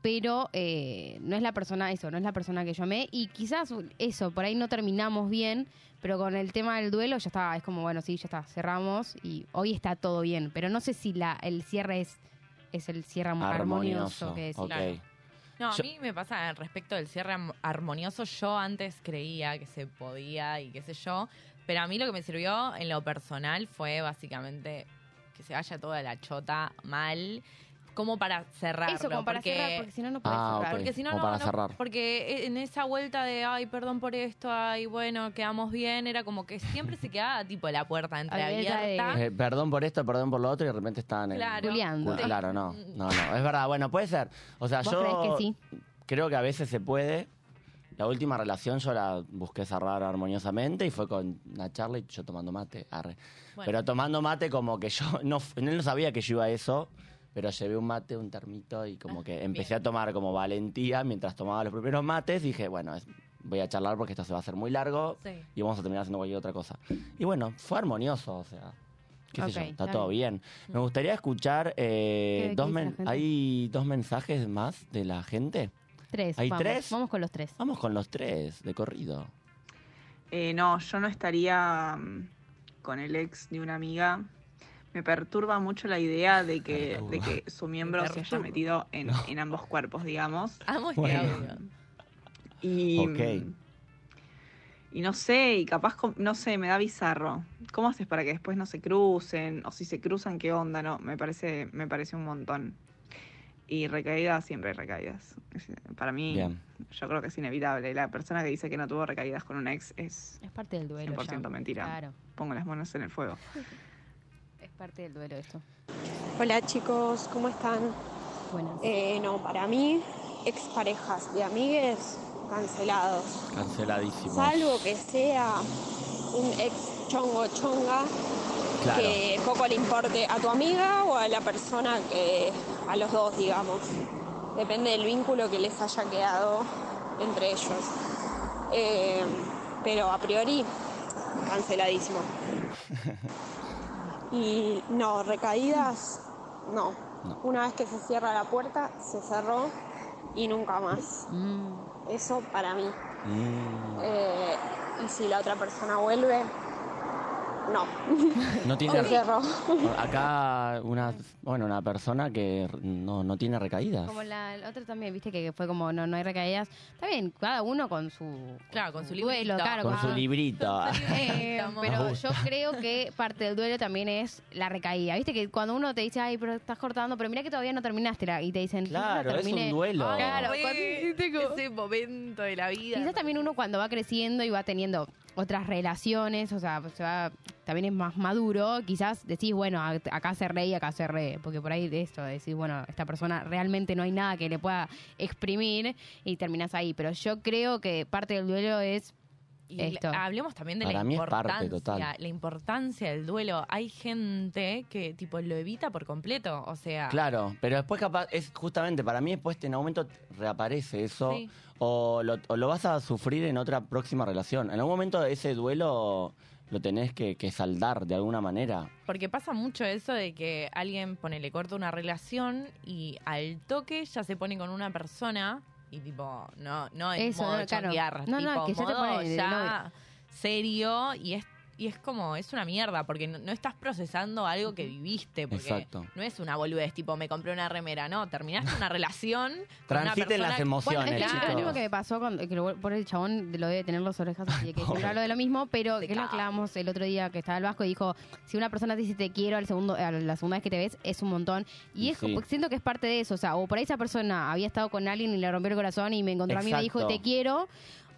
Speaker 5: pero eh, no es la persona eso, no es la persona que yo amé. Y quizás eso, por ahí no terminamos bien, pero con el tema del duelo ya está, es como, bueno, sí, ya está, cerramos y hoy está todo bien. Pero no sé si la, el cierre es, es el cierre armonioso,
Speaker 3: armonioso.
Speaker 5: que es.
Speaker 3: ok.
Speaker 4: claro. No, a
Speaker 3: Yo-
Speaker 4: mí me pasa respecto del cierre am- armonioso. Yo antes creía que se podía y qué sé yo. Pero a mí lo que me sirvió en lo personal fue básicamente que se vaya toda la chota mal. Como para cerrarlo.
Speaker 5: Eso, como para
Speaker 4: porque-
Speaker 5: cerrar, porque si no, no puedes
Speaker 3: Ah,
Speaker 5: cerrar.
Speaker 3: ok.
Speaker 4: porque si no,
Speaker 3: como
Speaker 4: no,
Speaker 3: para
Speaker 4: no-
Speaker 3: cerrar.
Speaker 4: Porque en esa vuelta de, ay, perdón por esto, ay, bueno, quedamos bien, era como que siempre se quedaba tipo la puerta entreabierta.
Speaker 5: Abierta
Speaker 3: Eh, perdón por esto, perdón por lo otro, y de repente están en-
Speaker 4: Claro.
Speaker 5: Juliando.
Speaker 3: Cul- Claro, no, no, no. Es verdad, bueno, puede ser. O sea,
Speaker 5: Mm, ¿Vos
Speaker 3: Ah, yo
Speaker 5: crees que sí?
Speaker 3: creo que a veces se puede. La última relación yo la busqué cerrar armoniosamente y fue con una charla y yo tomando mate. arre.
Speaker 4: Bueno.
Speaker 3: Pero tomando mate como que yo no, f- él no sabía que yo iba a eso, pero llevé un mate, un termito y
Speaker 5: Ah,
Speaker 3: como que empecé a tomar como valentía mientras tomaba los primeros mates. Dije, bueno, es- voy a charlar porque esto se va a hacer muy largo
Speaker 4: Sí.
Speaker 3: y vamos a terminar haciendo cualquier otra cosa. Y bueno, fue armonioso, o sea, qué sé yo,
Speaker 5: Ok,
Speaker 3: está
Speaker 5: está
Speaker 3: todo bien. Me gustaría escuchar, eh,
Speaker 5: ¿Qué- qué
Speaker 3: dos
Speaker 5: dice la
Speaker 3: men-
Speaker 5: gente?
Speaker 3: ¿hay dos mensajes más de la gente?
Speaker 5: Tres.
Speaker 3: ¿Hay
Speaker 5: vamos,
Speaker 3: tres?
Speaker 5: Vamos con los tres.
Speaker 3: Vamos con los tres, de corrido.
Speaker 6: Eh, no, yo no estaría mm, con el ex de una amiga. Me perturba mucho la idea de que, de que su miembro se haya
Speaker 4: perturba.
Speaker 6: metido en, en ambos cuerpos, digamos.
Speaker 4: Amo este
Speaker 3: Bueno.
Speaker 4: audio.
Speaker 6: Y,
Speaker 3: Ok.
Speaker 6: mm, y no sé, y capaz, com- no sé, me da bizarro. ¿Cómo haces para que después no se crucen? O si se cruzan, ¿qué onda? No, me parece, me parece un montón. Y recaídas, siempre hay recaídas. Es- Para mí,
Speaker 3: Bien.
Speaker 6: yo creo que es inevitable. La persona que dice que no tuvo recaídas con un ex es,
Speaker 5: Es parte del duelo.
Speaker 6: 100%
Speaker 5: ya.
Speaker 6: mentira.
Speaker 5: Claro,
Speaker 6: pongo las manos en el fuego.
Speaker 5: es parte del duelo esto.
Speaker 9: Hola chicos, ¿cómo están?
Speaker 5: Buenas.
Speaker 9: Eh, no, para mí, exparejas de amigues cancelados.
Speaker 3: Canceladísimo.
Speaker 9: Salvo que sea un ex chongo chonga
Speaker 3: Claro.
Speaker 9: que poco le importe a tu amiga o a la persona que. a los dos, digamos. Depende del vínculo que les haya quedado entre ellos. Eh, pero a priori, canceladísimo. Y no, recaídas, no.
Speaker 3: No.
Speaker 9: Una vez que se cierra la puerta, se cerró y nunca más.
Speaker 5: Mm,
Speaker 9: Eso para mí.
Speaker 3: Mm,
Speaker 9: Eh, y si la otra persona vuelve, no,
Speaker 3: no tiene
Speaker 9: se cerró.
Speaker 3: acá una bueno una persona que r- no, no tiene recaídas.
Speaker 5: Como la, el otro también, viste que fue como no, no hay recaídas. Está bien, cada uno con su.
Speaker 4: Claro, con su
Speaker 5: duelo,
Speaker 4: librito.
Speaker 5: claro,
Speaker 3: Con su
Speaker 5: cada-
Speaker 3: librito. Ah,
Speaker 5: Eh,
Speaker 4: Estamos-
Speaker 5: pero yo creo que parte del duelo también es la recaída. Viste que cuando uno te dice, ay, pero estás cortando, pero mira que todavía no terminaste la, y te dicen, "Yo no la
Speaker 3: Claro, es un
Speaker 5: terminé". Ah,
Speaker 3: duelo.
Speaker 4: Ay,
Speaker 5: Claro,
Speaker 4: re,
Speaker 5: cuando-
Speaker 4: ese momento de la vida.
Speaker 5: Quizás también uno cuando va creciendo y va teniendo otras relaciones, o sea, se va- también es más maduro, quizás decís, bueno, a- acá cerré y acá cerré, porque por ahí de esto decís, bueno, esta persona realmente no hay nada que le pueda exprimir y terminás ahí, pero yo creo que parte del duelo es
Speaker 4: Y le-
Speaker 5: Esto.
Speaker 4: hablemos también de
Speaker 3: Para
Speaker 4: la
Speaker 3: mí es
Speaker 4: importancia,
Speaker 3: parte total.
Speaker 4: la importancia del duelo. Hay gente que tipo lo evita por completo, o sea,
Speaker 3: Claro, pero después capaz, es justamente, para mí después en algún momento reaparece eso,
Speaker 4: Sí.
Speaker 3: o, lo, o lo vas a sufrir en otra próxima relación. En algún momento ese duelo lo tenés que, que saldar de alguna manera.
Speaker 4: porque pasa mucho eso de que alguien pone le corta una relación y al toque ya se pone con una persona y tipo no no en
Speaker 5: Eso,
Speaker 4: modo
Speaker 5: no, claro.
Speaker 4: changuear,
Speaker 5: No, no,
Speaker 4: tipo,
Speaker 5: que ya te
Speaker 4: modo
Speaker 5: pone de
Speaker 4: ya serio y es y es como, es una mierda, porque no, no estás procesando algo que viviste, porque
Speaker 3: Exacto.
Speaker 4: no es una boludez, tipo, me compré una remera, no, terminaste una relación. con una
Speaker 3: Transiten
Speaker 4: persona-
Speaker 3: las
Speaker 5: Bueno,
Speaker 3: emociones,
Speaker 5: es que
Speaker 4: Claro.
Speaker 5: es lo mismo que me pasó con que lo- por el chabón lo debe tener los orejas así de que siempre hablo de lo mismo, pero
Speaker 4: Te
Speaker 5: que es lo
Speaker 4: cago.
Speaker 5: que hablábamos el otro día que estaba el Vasco y dijo, si una persona te dice te quiero al segundo, a la segunda vez que te ves, es un montón. Y
Speaker 3: Y
Speaker 5: es
Speaker 3: sí.
Speaker 5: porque siento que es parte de eso, o sea, o por ahí esa persona había estado con alguien y le rompió el corazón y me encontró a mí y me dijo
Speaker 3: Exacto.
Speaker 5: te quiero.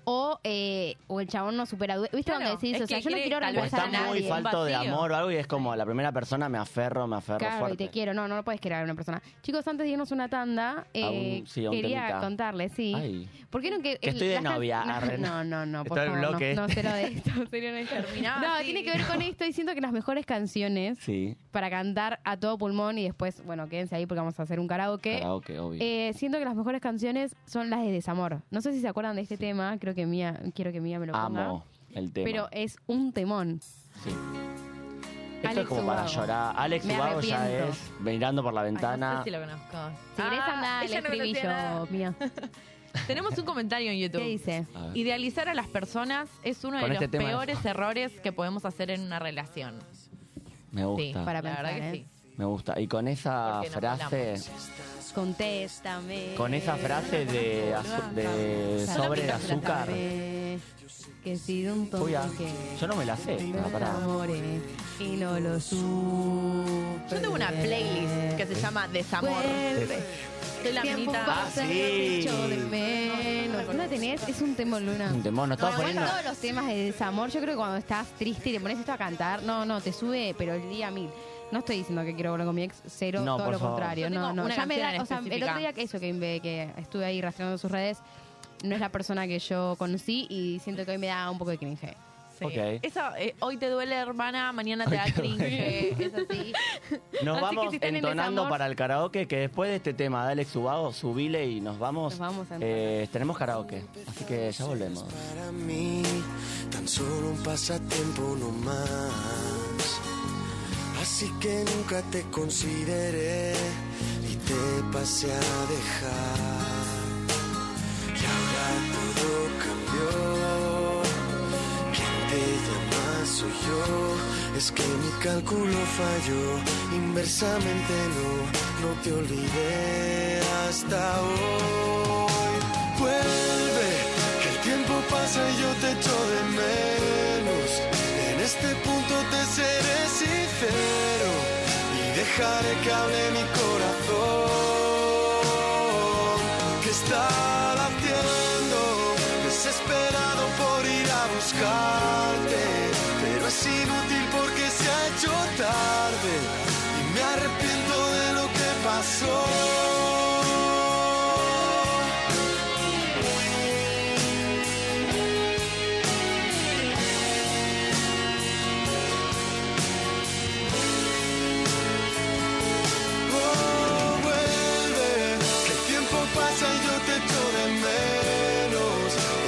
Speaker 5: O, eh, o el chabón no supera. du- ¿Viste
Speaker 4: Claro,
Speaker 5: cuando decís?
Speaker 4: es
Speaker 5: o sea,
Speaker 4: que
Speaker 5: yo no
Speaker 4: quiere
Speaker 5: quiero
Speaker 4: tal
Speaker 3: O
Speaker 4: vez
Speaker 5: reemplazar
Speaker 3: está
Speaker 5: a nadie.
Speaker 3: muy falto de
Speaker 4: Vacío.
Speaker 3: amor o algo y es como la primera persona me aferro, me aferro
Speaker 5: Claro,
Speaker 3: fuerte.
Speaker 5: y te quiero. No, no lo puedes querer a una persona. Chicos, antes de irnos una tanda, eh,
Speaker 3: un- sí, a un
Speaker 5: quería
Speaker 3: temita.
Speaker 5: contarles, sí.
Speaker 3: Ay.
Speaker 5: ¿Por qué no que,
Speaker 3: Que estoy de
Speaker 5: las can-
Speaker 3: novia,
Speaker 5: las-
Speaker 3: arre,
Speaker 5: No,
Speaker 3: no.
Speaker 5: no, no, por
Speaker 3: Está el
Speaker 5: favor, no,
Speaker 3: bloque.
Speaker 5: no, cero de esto, cero de Ah, esto.
Speaker 4: Terminá
Speaker 5: No,
Speaker 4: así.
Speaker 5: tiene que ver con esto y siento que las mejores canciones
Speaker 3: Sí,
Speaker 5: para cantar a todo pulmón y después, bueno, quédense ahí porque vamos a hacer un karaoke.
Speaker 3: karaoke, obvio.
Speaker 5: Eh, siento que las mejores canciones son las de desamor. No sé si se acuerdan de este
Speaker 3: Sí.
Speaker 5: tema, creo que Mía, quiero que Mía me lo ponga.
Speaker 3: Amo el tema.
Speaker 5: Pero es un temón.
Speaker 3: Sí. Esto
Speaker 5: Alex
Speaker 3: es como para
Speaker 5: Ubago.
Speaker 3: llorar. Alex
Speaker 5: Me
Speaker 3: Ubago ya
Speaker 5: arrepiento.
Speaker 3: es mirando por la
Speaker 4: Ay, no
Speaker 3: ventana.
Speaker 4: sé si lo conozco.
Speaker 5: Si querés
Speaker 4: Ah,
Speaker 5: andar al
Speaker 4: ella no conocía
Speaker 5: estribillo,
Speaker 4: nada.
Speaker 5: Mía.
Speaker 4: Tenemos un comentario en YouTube.
Speaker 5: ¿Qué dice?
Speaker 3: A ver.
Speaker 4: Idealizar a las personas es uno de
Speaker 3: Con
Speaker 4: los
Speaker 3: este tema es-
Speaker 4: peores errores que podemos hacer en una relación.
Speaker 3: Me
Speaker 4: Sí,
Speaker 3: gusta,
Speaker 5: Para
Speaker 4: la verdad
Speaker 5: pensar,
Speaker 4: que
Speaker 5: ¿eh?
Speaker 4: sí.
Speaker 3: me gusta. Y con esa
Speaker 4: Porque nos
Speaker 3: frase,
Speaker 5: Contéstame.
Speaker 3: con esa frase de, azu- de
Speaker 5: Contéstame,
Speaker 3: sobre de azúcar.
Speaker 5: Que he sido un
Speaker 3: Uy, ah,
Speaker 5: tonto
Speaker 3: yo no me la sé.
Speaker 5: que
Speaker 3: Ah,
Speaker 5: me
Speaker 3: pará.
Speaker 5: enamoré y no lo supe.
Speaker 4: Yo tengo una playlist que se llama Desamor.
Speaker 5: Vuelve.
Speaker 4: Soy la
Speaker 5: Tiempo
Speaker 4: minita.
Speaker 5: pasa, yo te
Speaker 3: Ah, sí.
Speaker 5: echo de menos. ¿No la tenés? Es un tema, Luna.
Speaker 3: Un temón, no estaba
Speaker 5: Igual
Speaker 3: poniendo.
Speaker 5: todos los temas de desamor, yo creo que cuando estás triste y te pones esto a cantar, no, no, te sube, pero el día mil. No estoy diciendo que quiero volver con mi ex, cero,
Speaker 3: No,
Speaker 5: todo
Speaker 3: por
Speaker 5: lo
Speaker 3: favor.
Speaker 5: contrario.
Speaker 4: Yo tengo
Speaker 5: No, no,
Speaker 4: una
Speaker 5: ya me
Speaker 4: canción
Speaker 5: da,
Speaker 4: en
Speaker 5: o sea, el otro
Speaker 4: específica.
Speaker 5: día que eso que, me- que estuve ahí rastreando sus redes, no es la persona que yo conocí y siento que hoy me da un poco de cringe.
Speaker 4: Sí.
Speaker 3: Ok.
Speaker 4: Eso, eh, hoy te duele, hermana, mañana te da cringe.
Speaker 5: Es así.
Speaker 3: Nos
Speaker 5: Así que
Speaker 3: vamos
Speaker 5: si están en
Speaker 3: entonando
Speaker 5: desamor-
Speaker 3: para el karaoke, que después de este tema de Alex Ubago, subile y nos vamos.
Speaker 5: Nos vamos a
Speaker 3: Eh, tenemos karaoke, así que ya volvemos.
Speaker 10: Para mí, tan solo un pasatiempo no más. Así que nunca te consideré y te pasé a dejar. Y ahora todo cambió. Quien te llama soy yo. Es que mi cálculo falló. Inversamente no, no te olvidé hasta hoy. Vuelve, que el tiempo pasa y yo te echo de menos. En este punto te seré sincero y dejaré que hable mi corazón que está latiendo, desesperado por ir a buscarte, pero es inútil porque se ha hecho tarde y me arrepiento de lo que pasó. Oh, vuelve, que el tiempo pasa y yo te echo de menos.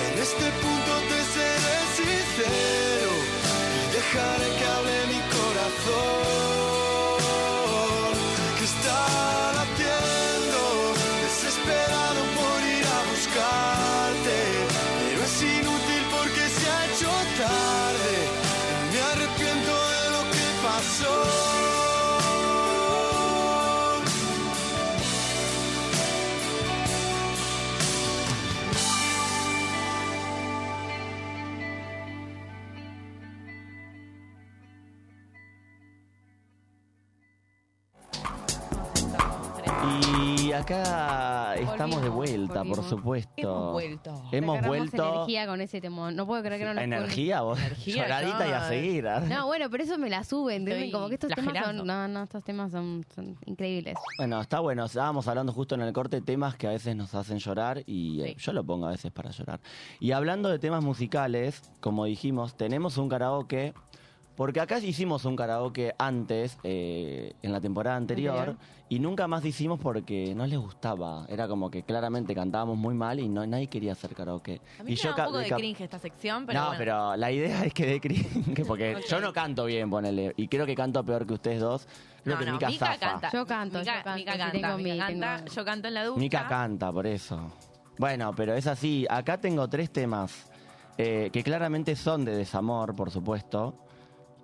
Speaker 10: En este punto te seré sincero y dejaré que hable mi corazón que está latiendo, desesperado por ir a buscarte, pero es inútil porque se ha hecho tarde. Me arrepiento de lo que pasó.
Speaker 3: Y acá estamos de
Speaker 5: Volvimos,
Speaker 3: vuelta, por
Speaker 5: volvimos.
Speaker 3: supuesto.
Speaker 4: Hemos vuelto.
Speaker 3: Hemos
Speaker 5: Agarramos
Speaker 3: vuelto.
Speaker 5: energía con ese temón. No puedo creer que no nos
Speaker 3: energía, vos.
Speaker 4: Energía,
Speaker 3: Lloradita y a
Speaker 4: yo.
Speaker 3: seguir. ¿eh?
Speaker 5: No, bueno, pero eso me la sube, ¿entienden?
Speaker 4: Estoy
Speaker 5: Como que estos temas
Speaker 4: flagelando.
Speaker 5: son. No, no, estos temas son, son increíbles.
Speaker 3: Bueno, está bueno. Estábamos hablando justo en el corte de temas que a veces nos hacen llorar y eh,
Speaker 4: Sí.
Speaker 3: yo lo pongo a veces para llorar. Y hablando de temas musicales, como dijimos, tenemos un karaoke. Porque acá hicimos un karaoke antes, eh, en la temporada anterior,
Speaker 5: Anterior.
Speaker 3: y nunca más hicimos porque no les gustaba. Era como que claramente cantábamos muy mal y no, nadie quería hacer karaoke.
Speaker 4: A mí
Speaker 3: y
Speaker 4: me da un
Speaker 3: ca-
Speaker 4: poco de
Speaker 3: ca-
Speaker 4: cringe esta sección, pero
Speaker 3: no,
Speaker 4: bueno.
Speaker 3: pero la idea es que dé cringe, porque yo no canto bien, ponele, y creo que canto peor que ustedes dos. Creo
Speaker 4: No,
Speaker 3: que
Speaker 4: no,
Speaker 3: Mika
Speaker 4: Mika
Speaker 3: zafa.
Speaker 4: canta.
Speaker 5: Yo canto,
Speaker 4: Mica,
Speaker 5: yo canto,
Speaker 4: Mica
Speaker 5: sí,
Speaker 4: canta,
Speaker 5: tengo
Speaker 4: Mica
Speaker 5: mi-
Speaker 4: canta,
Speaker 5: tengo-
Speaker 4: yo canto en la ducha.
Speaker 3: Mika canta, por eso. Bueno, pero es así. Acá tengo tres temas eh, que claramente son de desamor, por supuesto.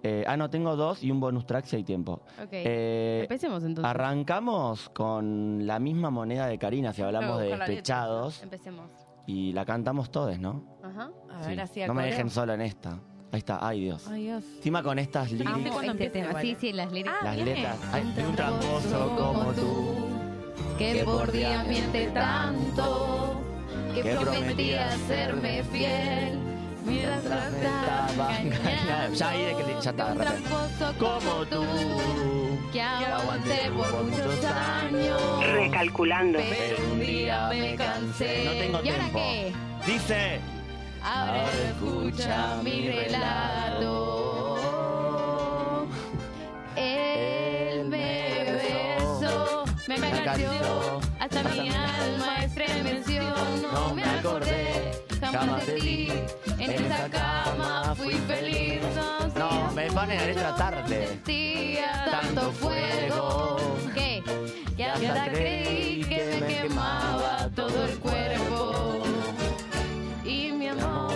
Speaker 3: Eh, ah, no, tengo dos y un bonus track si hay tiempo.
Speaker 5: Ok.
Speaker 3: Eh,
Speaker 5: Empecemos entonces.
Speaker 3: Arrancamos con la misma moneda de Karina, si hablamos de
Speaker 5: Luego, con la Em- letra.
Speaker 3: despechados,
Speaker 5: Empecemos.
Speaker 3: y la cantamos todos, ¿no?
Speaker 5: Ajá. Ah,
Speaker 4: A ver,
Speaker 3: Sí.
Speaker 4: así al
Speaker 3: No me
Speaker 4: coreo.
Speaker 3: dejen solo en esta. Ahí está, ay Dios.
Speaker 4: Ay, Dios.
Speaker 3: Encima con estas
Speaker 4: no sé
Speaker 3: líricas,
Speaker 4: cuándo
Speaker 5: este
Speaker 4: empieza
Speaker 5: tema.
Speaker 4: igual.
Speaker 5: Sí, sí, las letras.
Speaker 4: Ah,
Speaker 3: las
Speaker 4: viene.
Speaker 3: letras. Ay, de un tramposo como tú.
Speaker 5: que por día miente tanto, que
Speaker 3: que
Speaker 5: prometía
Speaker 3: prometía
Speaker 5: serme fiel, mientras trataba
Speaker 3: Estaba
Speaker 5: de
Speaker 3: engañada.
Speaker 5: engañar.
Speaker 3: Ya ahí de que te- ya está,
Speaker 5: Un
Speaker 3: re-
Speaker 5: tramposo
Speaker 3: Como tú,
Speaker 5: que aguanté por muchos años,
Speaker 11: Recalculando.
Speaker 5: pero un día me cansé.
Speaker 3: No tengo
Speaker 5: ¿Y ahora
Speaker 3: tiempo.
Speaker 5: qué?
Speaker 3: dice.
Speaker 5: Ahora escucha mi relato. Él me besó, me acarició, hasta mi alma estremeció. No me acordé jamás de ti. En esa cama fui feliz.
Speaker 3: No, me ponen la letra tarde.
Speaker 5: Sentía tanto fuego. ¿Qué? Que hasta creí que me quemaba todo el cuerpo. Y mi amor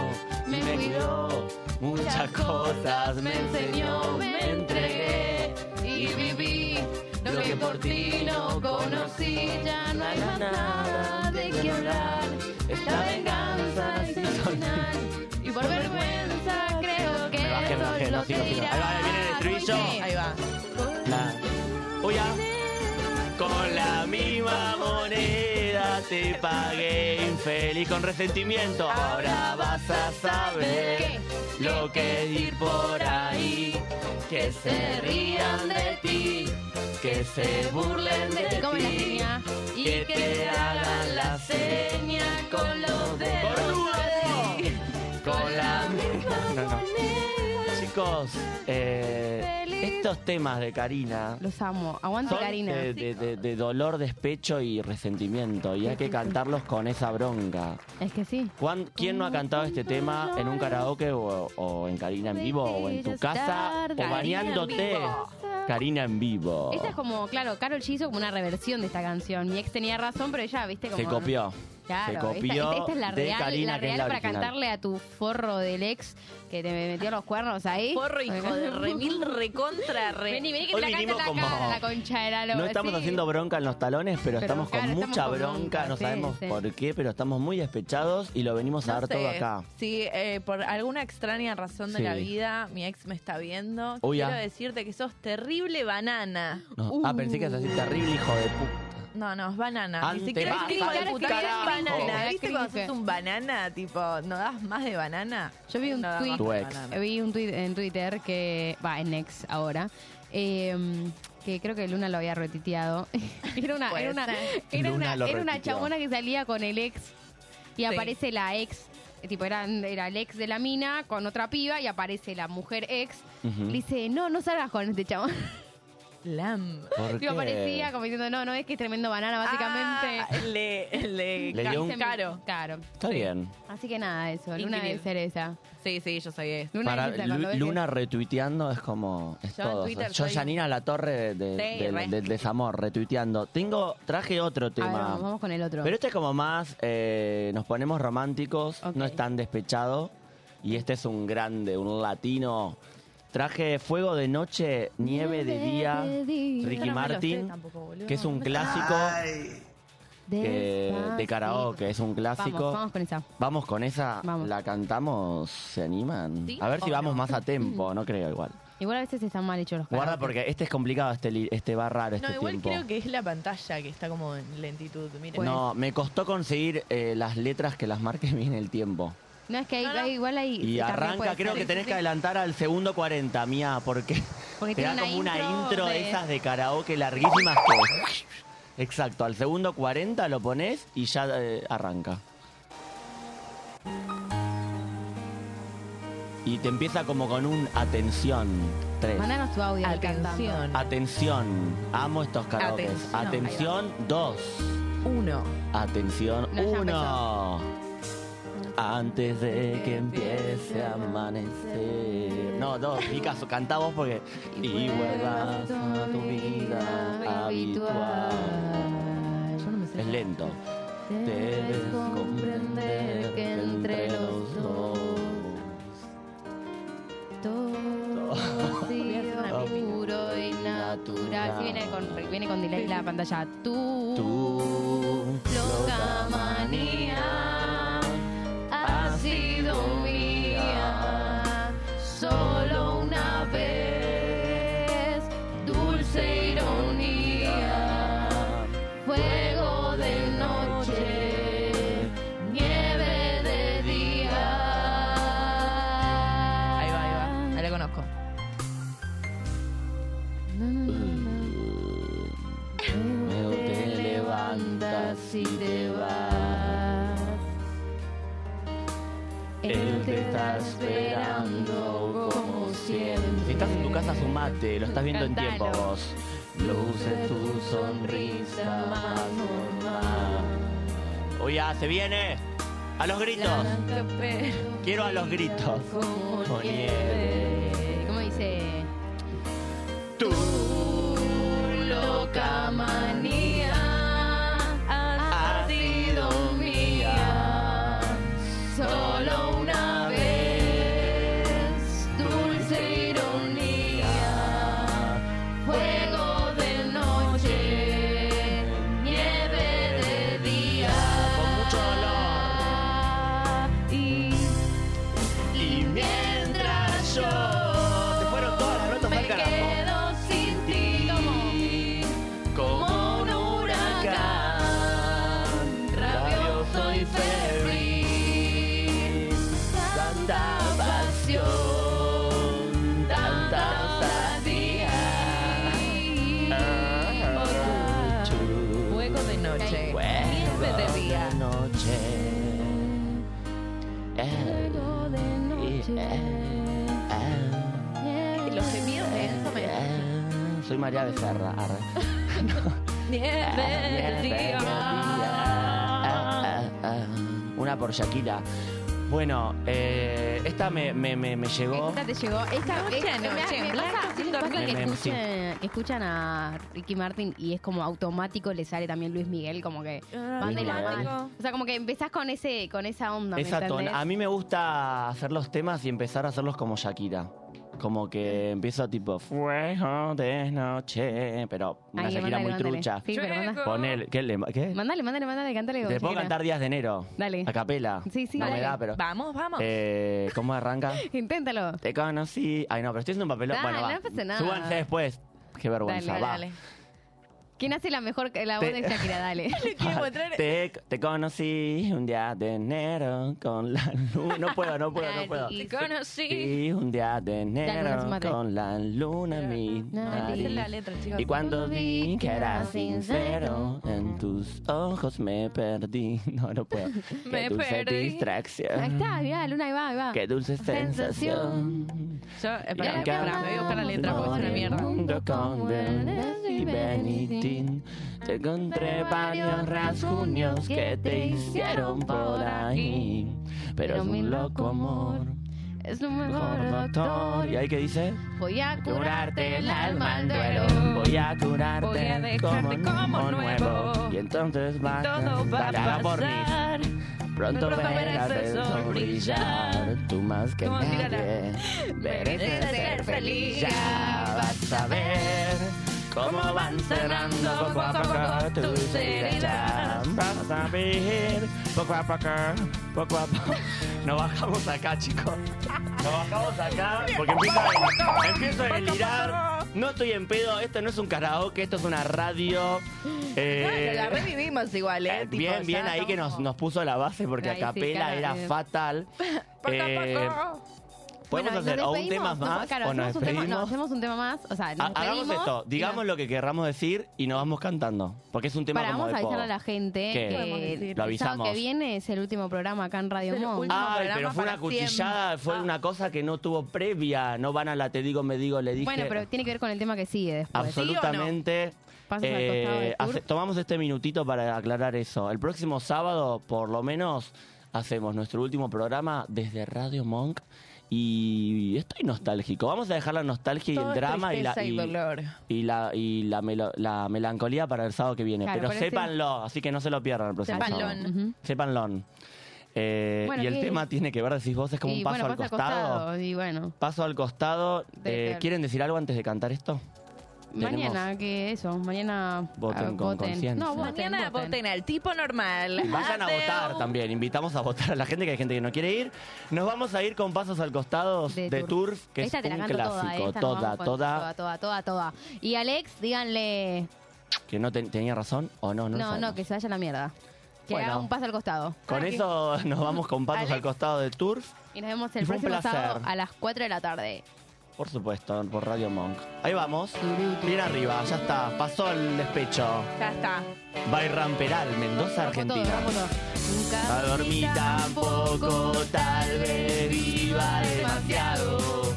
Speaker 5: me cuidó.
Speaker 3: Muchas cosas me enseñó, me entregué
Speaker 5: y viví lo que por ti no conocí. Ya no hay más nada de qué hablar. Esta venganza es el final y por vergüenza creo que
Speaker 3: Me bajé, me bajé,
Speaker 5: solo
Speaker 3: no, sigo,
Speaker 5: te
Speaker 3: sigo.
Speaker 5: irás.
Speaker 3: Ahí va, ahí viene el estribillo.
Speaker 5: Oye,
Speaker 4: Ahí va.
Speaker 3: La- Uy, ya. Con la misma moneda te pagué infeliz con resentimiento. Ahora vas a saber lo que es ir por ahí. Que se rían de ti, que se burlen de
Speaker 5: Y come la
Speaker 3: ti.
Speaker 5: seña y
Speaker 3: que te hagan la
Speaker 5: seña con los dedos. así.
Speaker 3: Con la No, no. Chicos, eh, estos temas de Karina
Speaker 5: Los amo. Aguante,
Speaker 3: son
Speaker 5: Karina.
Speaker 3: de, de- de- de dolor, despecho y resentimiento. Y hay que cantarlos con esa bronca.
Speaker 5: Es que sí.
Speaker 3: ¿Cuán- ¿Quién no ha cantado este tema en un karaoke o, o en Karina en vivo o en tu casa o bañándote? Karina en vivo.
Speaker 5: Esta es como, claro, Carol G hizo como una reversión de esta canción. Mi ex tenía razón, pero ella, viste, como.
Speaker 3: Se copió.
Speaker 5: Claro,
Speaker 3: se
Speaker 5: esta-
Speaker 3: copió
Speaker 5: esta, esta es la
Speaker 3: de
Speaker 5: real,
Speaker 3: Karina,
Speaker 5: la
Speaker 3: que es
Speaker 5: real
Speaker 3: la
Speaker 5: para
Speaker 3: original.
Speaker 5: cantarle a tu forro del ex que te metió los cuernos ahí.
Speaker 4: Porro, hijo de remil, recontra, re.
Speaker 5: Vení, vení que te
Speaker 3: Hoy
Speaker 5: la canta en la
Speaker 3: vinimos como-
Speaker 5: cara, la concha de la loba.
Speaker 3: No estamos
Speaker 5: sí.
Speaker 3: haciendo bronca en los talones, pero,
Speaker 5: Pero,
Speaker 3: estamos con
Speaker 5: claro,
Speaker 3: mucha
Speaker 5: estamos con
Speaker 3: bronca,
Speaker 5: bronca,
Speaker 3: no
Speaker 5: sí,
Speaker 3: sabemos
Speaker 5: sí.
Speaker 3: por qué, pero estamos muy despechados y lo venimos a
Speaker 4: No
Speaker 3: dar todo
Speaker 4: sé,
Speaker 3: acá.
Speaker 4: Sí, eh, por alguna extraña razón de la
Speaker 3: Sí.
Speaker 4: vida, mi ex me está viendo.
Speaker 3: Uy,
Speaker 4: Quiero
Speaker 3: ah.
Speaker 4: decirte que sos terrible banana.
Speaker 3: No.
Speaker 5: Uh.
Speaker 3: Ah, pensé que es así terrible, hijo de puta.
Speaker 4: No, no, es banana.
Speaker 3: Ante-
Speaker 4: Ni siquiera
Speaker 3: vas
Speaker 4: es hijo
Speaker 5: al
Speaker 4: de puta, eres
Speaker 5: carajo.
Speaker 4: banana.
Speaker 5: Era
Speaker 4: ¿Viste cuando
Speaker 5: cringe.
Speaker 4: sos un banana? Tipo, ¿no das más de banana?
Speaker 5: Yo vi un
Speaker 4: no das
Speaker 5: tweet-
Speaker 4: más
Speaker 3: Tu
Speaker 4: de
Speaker 3: ex.
Speaker 4: banana.
Speaker 5: Vi un tweet en Twitter que. Va, en ex ahora. eh, que creo que Luna lo había retiteado. Era una,
Speaker 4: Puede
Speaker 5: era una,
Speaker 4: ser.
Speaker 5: era
Speaker 3: Luna
Speaker 5: una,
Speaker 3: lo
Speaker 5: era una
Speaker 3: retuiteó.
Speaker 5: chabona que salía con el ex y aparece la ex. eh, Tipo, era, era el ex de la mina con otra piba y aparece la mujer ex.
Speaker 3: Ujú.
Speaker 5: Le dice, no, no salgas con este chabón.
Speaker 4: Lam.
Speaker 3: ¿Por
Speaker 5: Tipo,
Speaker 3: qué?
Speaker 5: aparecía como diciendo, no, no, es que es tremendo banana, básicamente.
Speaker 4: Ah, le, le,
Speaker 3: Le dio un-
Speaker 4: caro.
Speaker 5: Claro.
Speaker 3: Está bien.
Speaker 5: Así que nada, eso. Luna de
Speaker 4: Increíble.
Speaker 5: cereza.
Speaker 4: Sí, sí, yo sabía eso.
Speaker 5: Luna
Speaker 3: Para
Speaker 5: de cereza. cuando
Speaker 3: Lu-
Speaker 5: ves que-
Speaker 3: Luna retuiteando es como. Es
Speaker 4: Yo en
Speaker 3: todo.
Speaker 4: Twitter
Speaker 3: Yo,
Speaker 4: soy-
Speaker 3: Janina La Torre de- de-
Speaker 4: Sí,
Speaker 3: del,
Speaker 4: re.
Speaker 3: del desamor, retuiteando. Tengo, traje otro
Speaker 5: A ver,
Speaker 3: tema.
Speaker 5: vamos, vamos con el otro.
Speaker 3: Pero este es como más, eh, nos ponemos románticos,
Speaker 5: Ok.
Speaker 3: no es tan despechado. Y este es un grande, un latino. Traje Fuego de Noche, Nieve de Día, Ricky
Speaker 4: Yo no me lo sé
Speaker 3: Martin,
Speaker 4: tampoco, boludo.
Speaker 3: que es un clásico que- de
Speaker 5: Despacito.
Speaker 3: karaoke, es un clásico.
Speaker 5: Vamos, vamos con esa.
Speaker 3: Vamos con esa,
Speaker 5: Vamos.
Speaker 3: la cantamos, ¿se animan?
Speaker 4: ¿Sí
Speaker 3: A ver si
Speaker 4: o
Speaker 3: vamos
Speaker 4: no?
Speaker 3: más a tempo, no creo igual.
Speaker 5: Igual a veces están mal hechos los
Speaker 3: Guarda
Speaker 5: karaoke.
Speaker 3: porque este es complicado, este, li- este va raro este
Speaker 4: No, igual
Speaker 3: tiempo.
Speaker 4: creo que es la pantalla que está como en lentitud. Miren.
Speaker 3: No, me costó conseguir eh, las letras que las marque bien el tiempo.
Speaker 5: No, es que hay,
Speaker 4: No, no.
Speaker 5: hay- igual hay...
Speaker 3: Y
Speaker 5: también
Speaker 3: arranca,
Speaker 5: puede
Speaker 3: creo
Speaker 5: ser.
Speaker 3: que tenés que adelantar al segundo 40, mía, porque,
Speaker 5: Porque
Speaker 3: te da
Speaker 5: tiene
Speaker 3: como
Speaker 5: una
Speaker 3: una
Speaker 5: intro
Speaker 3: intro de
Speaker 5: de-
Speaker 3: esas de karaoke larguísimas que... Exacto, al segundo 40 lo pones y ya eh, arranca. Y te empieza como con un atención 3.
Speaker 5: Mandanos tu audio. ahí cantando.
Speaker 4: Atención.
Speaker 3: Atención, amo estos karaokes.
Speaker 4: Atención.
Speaker 3: Atención 2.
Speaker 4: Uno.
Speaker 3: Atención
Speaker 5: No, ya
Speaker 3: uno. Antes de que empiece a amanecer. No, dos, Picasso, canta vos porque. Y vuelvas a tu vida habitual.
Speaker 4: Yo no me sé.
Speaker 3: Es lento. Debes comprender que entre los dos.
Speaker 5: Todo Vacío, puro y natural. Sí, viene con, viene con delay la pantalla. Tú,
Speaker 3: Tú,
Speaker 5: loca
Speaker 2: manía, ha sido mía solo una vez. Dulce ironía, fuego de noche, nieve de día.
Speaker 4: Ahí va, ahí va. Ahí la conozco.
Speaker 3: Luego te levantas y te vas. Él te está esperando como siempre. Si estás en tu casa, sumate, lo estás viendo en
Speaker 5: Cantalo.
Speaker 3: tiempo vos. Luce tu sonrisa más normal. Oye, ah, se viene. A los gritos. Quiero a los gritos. Con nieve.
Speaker 5: ¿Cómo dice?
Speaker 2: loca manía ha sido mía solo una vez dulce ironía fuego de noche nieve de día con mucho dolor y y mientras yo
Speaker 3: Se fueron todas las notas
Speaker 2: me
Speaker 3: al carajo.
Speaker 2: quedo sin ti como un huracán rabioso y febril tanta pasión tanta osadía
Speaker 3: Ah.
Speaker 4: Fuego de noche. Nieve de día.
Speaker 3: de noche. Eh, y, eh, eh,
Speaker 4: Los gemidos de eso me.
Speaker 3: eh. Soy María Becerra. arre. Eh,
Speaker 4: Nieve de día.
Speaker 3: Ah, ah. Una por Shakira. Bueno, eh, esta me, me, me, me llegó.
Speaker 5: Esta te llegó. Esta
Speaker 4: Noche a
Speaker 5: me-
Speaker 4: noche,
Speaker 5: me
Speaker 4: blanco
Speaker 5: pasa-
Speaker 4: sin
Speaker 5: me pasa
Speaker 4: dormir.
Speaker 5: que
Speaker 3: Mem, sí.
Speaker 5: escuchan, que escuchan a Ricky Martin y es como automático le sale también Luis Miguel, como que
Speaker 4: Ah,
Speaker 5: van de la
Speaker 3: Miguel.
Speaker 5: mano. O sea, como que empezás con ese, con esa onda. ¿me
Speaker 3: Esa ton-
Speaker 5: entendés?
Speaker 3: A mí me gusta hacer los temas y empezar a hacerlos como Shakira. Como que empiezo tipo fuego de noche, pero una
Speaker 5: Ahí,
Speaker 3: Shakira
Speaker 5: mándale,
Speaker 3: muy
Speaker 5: mándale.
Speaker 3: trucha.
Speaker 5: Sí, pero manda-
Speaker 3: Ponele, ¿qué le qué?
Speaker 5: Mándale, mándale, mándale, cántale. como
Speaker 3: Te puedo
Speaker 5: Shakira.
Speaker 3: cantar días de enero.
Speaker 5: Dale.
Speaker 3: A capela.
Speaker 5: Sí, sí,
Speaker 3: No me
Speaker 5: dale.
Speaker 3: da, pero.
Speaker 4: Vamos, vamos.
Speaker 3: Eh, ¿Cómo arranca?
Speaker 5: Inténtalo.
Speaker 3: Te conocí. Ay, no, pero estoy haciendo un papelón.
Speaker 5: Dale,
Speaker 3: bueno, va.
Speaker 5: no pasa nada.
Speaker 3: Súbanse después. Qué vergüenza,
Speaker 5: Dale,
Speaker 3: va.
Speaker 4: Dale.
Speaker 5: ¿Quién hace la mejor la voz
Speaker 3: Te-
Speaker 5: de Shakira? Dale.
Speaker 4: Le quiero mostrar.
Speaker 3: Te, te conocí un día de enero con la luna. No puedo, no puedo, no puedo.
Speaker 5: Nariz.
Speaker 4: Te conocí.
Speaker 3: Y un día de
Speaker 5: Dale,
Speaker 3: enero
Speaker 5: una madre.
Speaker 3: con la luna en mi
Speaker 5: Nariz.
Speaker 4: Esa es la
Speaker 3: nariz.
Speaker 4: letra, chicos.
Speaker 3: Y cuando vi que era sincero, en tus ojos me perdí. No, no puedo.
Speaker 4: Me
Speaker 3: Qué dulce
Speaker 4: perdí.
Speaker 3: distracción.
Speaker 5: Ahí está, mirá, Luna, ahí va, ahí va.
Speaker 3: Qué dulce
Speaker 5: Sensación.
Speaker 3: sensación.
Speaker 4: Yo, eh,
Speaker 3: Y
Speaker 4: pará,
Speaker 3: acá
Speaker 4: pará, me voy a buscar la letra porque es una mierda.
Speaker 3: mundo con Belén y Benitín, te encontré varios rasguños que te hicieron por ahí. Pero es un loco amor,
Speaker 5: Es un mejor
Speaker 3: mejor doctor.
Speaker 5: doctor.
Speaker 3: ¿Y ahí qué dice?
Speaker 5: Voy a
Speaker 3: Curarte el alma al
Speaker 5: en
Speaker 3: duelo, voy a curarte
Speaker 4: Voy a dejarte como nuevo.
Speaker 3: Y entonces va a
Speaker 4: Todo va
Speaker 3: cantar
Speaker 4: a
Speaker 3: la Bornis.
Speaker 4: pasar.
Speaker 3: Pronto
Speaker 4: Pronto
Speaker 3: verás
Speaker 4: verás
Speaker 3: el
Speaker 4: el
Speaker 3: sol
Speaker 4: sol
Speaker 3: brillar, tú más que
Speaker 4: Como
Speaker 3: nadie,
Speaker 4: tirana.
Speaker 3: mereces ser feliz, ya vas a ver cómo van cerrando poco a poco tus heridas, vas a ver poco a poco, poco a poco. Nos bajamos acá, chicos. Nos bajamos acá porque empiezo a, empiezo a delirar. No estoy en pedo, esto no es un karaoke, esto es una radio. eh,
Speaker 4: Bueno, la revivimos igual, ¿eh?
Speaker 3: eh,
Speaker 4: Tipo,
Speaker 3: bien,
Speaker 4: ya
Speaker 3: bien ahí
Speaker 4: estamos
Speaker 3: que nos,
Speaker 4: como-
Speaker 3: nos puso la base porque
Speaker 5: Ahí
Speaker 3: a
Speaker 5: sí,
Speaker 3: capela
Speaker 5: claro,
Speaker 3: era
Speaker 5: eh.
Speaker 3: fatal. Eh, ¿Podemos
Speaker 5: Bueno, nos
Speaker 3: hacer o un
Speaker 5: despedimos,
Speaker 3: tema
Speaker 5: nos-
Speaker 3: más
Speaker 5: claro,
Speaker 3: o nos
Speaker 5: hacemos un tema-
Speaker 3: despedimos?
Speaker 5: no, hacemos un tema más. O sea, nos
Speaker 3: Ha- Hagamos
Speaker 5: pedimos
Speaker 3: esto,
Speaker 5: y
Speaker 3: digamos
Speaker 5: nos-
Speaker 3: lo que querramos decir y nos vamos cantando. Porque es un tema
Speaker 5: Para,
Speaker 3: como
Speaker 5: vamos a
Speaker 3: de
Speaker 5: avisar
Speaker 3: pogo.
Speaker 5: a la gente
Speaker 3: ¿Qué?
Speaker 4: Podemos decir.
Speaker 5: que
Speaker 3: Lo
Speaker 5: el sábado
Speaker 3: avisamos. Ah,
Speaker 5: que viene es el último programa acá en Radio
Speaker 4: Es el
Speaker 5: Monk.
Speaker 4: último.
Speaker 3: Ay,
Speaker 4: programa
Speaker 3: pero fue
Speaker 4: para
Speaker 3: una cuchillada,
Speaker 4: siempre.
Speaker 3: fue
Speaker 4: Ah.
Speaker 3: una cosa que no tuvo previa. No van a la te digo, me digo, le dije.
Speaker 5: Bueno, pero tiene que ver con el tema que sigue después.
Speaker 3: Absolutamente. Eh,
Speaker 5: Pasas al costado del tour.
Speaker 3: hace- tomamos este minutito para aclarar eso. El próximo sábado, por lo menos, hacemos nuestro último programa desde Radio Monk. Y estoy nostálgico. Vamos a dejar la nostalgia y
Speaker 4: Todo
Speaker 3: el
Speaker 4: es
Speaker 3: drama y la,
Speaker 4: tristeza y
Speaker 3: y-
Speaker 4: dolor.
Speaker 3: y la, y la, melo- la melancolía para el sábado que viene.
Speaker 5: Claro,
Speaker 3: pero
Speaker 5: parece-
Speaker 3: sépanlo, así que no se lo pierdan el próximo
Speaker 4: Sépanlo.
Speaker 3: sábado. Sépanlo. Eh,
Speaker 5: Bueno,
Speaker 3: y el
Speaker 5: ¿qué
Speaker 3: tema
Speaker 5: es?
Speaker 3: tiene que ver, decís vos, es como
Speaker 5: y
Speaker 3: un paso
Speaker 5: bueno,
Speaker 3: al
Speaker 5: pasa
Speaker 3: costado.
Speaker 5: Y bueno,
Speaker 3: Paso al costado.
Speaker 5: Debe
Speaker 3: Eh,
Speaker 5: ser.
Speaker 3: ¿Quieren decir algo antes de cantar esto?
Speaker 5: mañana que eso, mañana
Speaker 3: Voten
Speaker 5: ah,
Speaker 3: con conciencia.
Speaker 5: No, voten,
Speaker 4: Mañana
Speaker 5: voten.
Speaker 4: voten al tipo normal.
Speaker 3: Tenemos- Vayan a
Speaker 4: Adeu.
Speaker 3: votar también. Invitamos a votar a la gente, que hay gente que no quiere ir. Nos vamos a ir con pasos al costado de,
Speaker 5: De
Speaker 3: Turf,
Speaker 5: Turf.
Speaker 3: que
Speaker 5: Esta
Speaker 3: es
Speaker 5: te la
Speaker 3: un
Speaker 5: canto toda,
Speaker 3: clásico.
Speaker 5: esta nos
Speaker 3: Toda,
Speaker 5: vamos
Speaker 3: toda,
Speaker 5: con- toda, toda, toda, toda. Y Alex, díganle,
Speaker 3: Que no ten- tenía razón o no, no.
Speaker 5: no,
Speaker 3: lo
Speaker 5: no,
Speaker 3: sabemos.
Speaker 5: que se vaya a la mierda. Que
Speaker 3: Bueno.
Speaker 5: haga un paso al costado.
Speaker 3: Con eso nos vamos con pasos al costado de Turf,
Speaker 5: Y nos vemos el
Speaker 3: Fue un
Speaker 5: próximo
Speaker 3: placer.
Speaker 5: sábado a las 4 de la tarde.
Speaker 3: por supuesto, por Radio Monk. Ahí vamos. Bien arriba, ya está. Pasó el despecho.
Speaker 4: Ya está.
Speaker 3: By Ramperal, Mendoza, Argentina.
Speaker 5: Nunca
Speaker 3: A dormir tampoco, tal vez viva demasiado.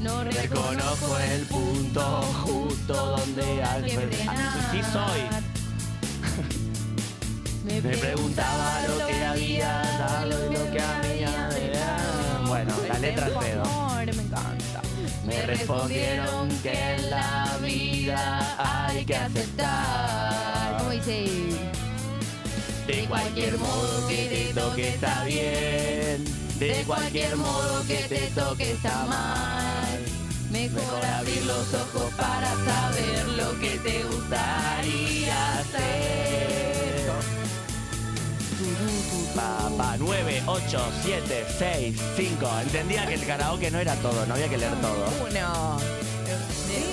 Speaker 5: no
Speaker 3: Reconozco el punto justo donde al
Speaker 5: Siempre
Speaker 3: per-
Speaker 5: nada.
Speaker 3: Ah, Sí soy.
Speaker 5: Me
Speaker 3: Me preguntaba lo que había dado y lo que había dejado. Bueno, la letra al pedo.
Speaker 4: Amor, me encanta.
Speaker 3: Me respondieron que en la vida hay que aceptar.
Speaker 5: ¿Cómo dice?
Speaker 3: De cualquier modo que te toque está bien. De cualquier modo que te toque está mal. Mejor abrir los ojos para saber lo que te gustaría hacer. Papá, 9, 8, 7, 6, 5. Entendía que el karaoke no era todo, no había que leer todo.
Speaker 4: Uno.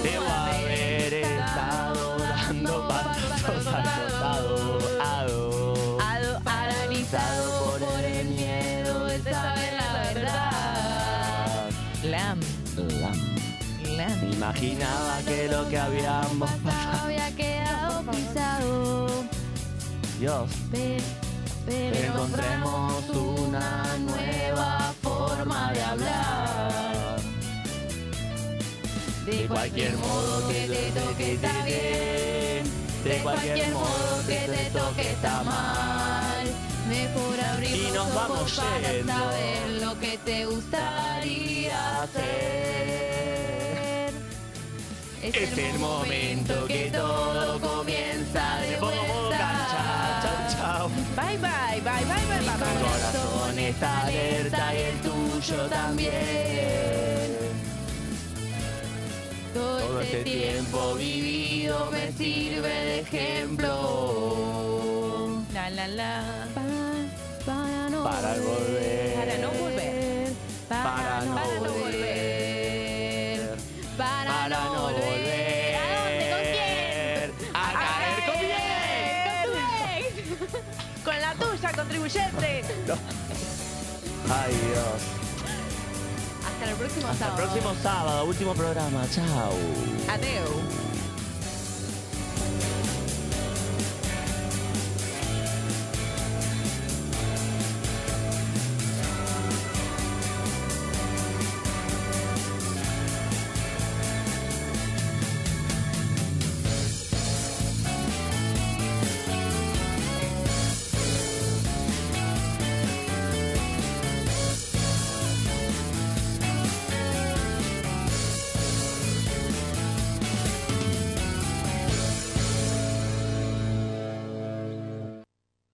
Speaker 3: Debo haber estado dando pasos al costado. Ado.
Speaker 4: Ado- Analizado por el miedo de saber la verdad. Glam, glam.
Speaker 3: Imaginaba que lo que habíamos pasado.
Speaker 5: Había quedado pisado.
Speaker 3: Dios.
Speaker 5: pe- Pero
Speaker 3: Encontremos una nueva forma de hablar. De cualquier modo que te toque está bien. De cualquier modo que te toque está mal.
Speaker 5: Mejor abrir
Speaker 3: Y
Speaker 5: los
Speaker 3: nos
Speaker 5: ojos
Speaker 3: vamos
Speaker 5: para
Speaker 3: yendo.
Speaker 5: saber lo que te gustaría hacer.
Speaker 3: Es el momento que todo comienza de modo cancha. Chau, chau.
Speaker 4: Bye, bye, bye, bye, bye, bye,
Speaker 3: Tu
Speaker 4: bye.
Speaker 3: corazón está alerta y el tuyo también. Todo este tiempo vivido me sirve de ejemplo
Speaker 4: La, la, la.
Speaker 5: Para no
Speaker 3: para volver.
Speaker 4: Para no volver.
Speaker 3: Para no
Speaker 4: Para no
Speaker 3: volver.
Speaker 5: Para,
Speaker 3: Para no volver.
Speaker 5: ¿A dónde? ¿Con quién?
Speaker 3: A caer con bien.
Speaker 4: ¡Con tu ex! ¡Con la tuya, contribuyente!
Speaker 3: Ay Dios.
Speaker 5: Hasta el próximo
Speaker 3: Hasta el
Speaker 5: sábado.
Speaker 3: próximo sábado, último programa. Chao.
Speaker 4: Adeu.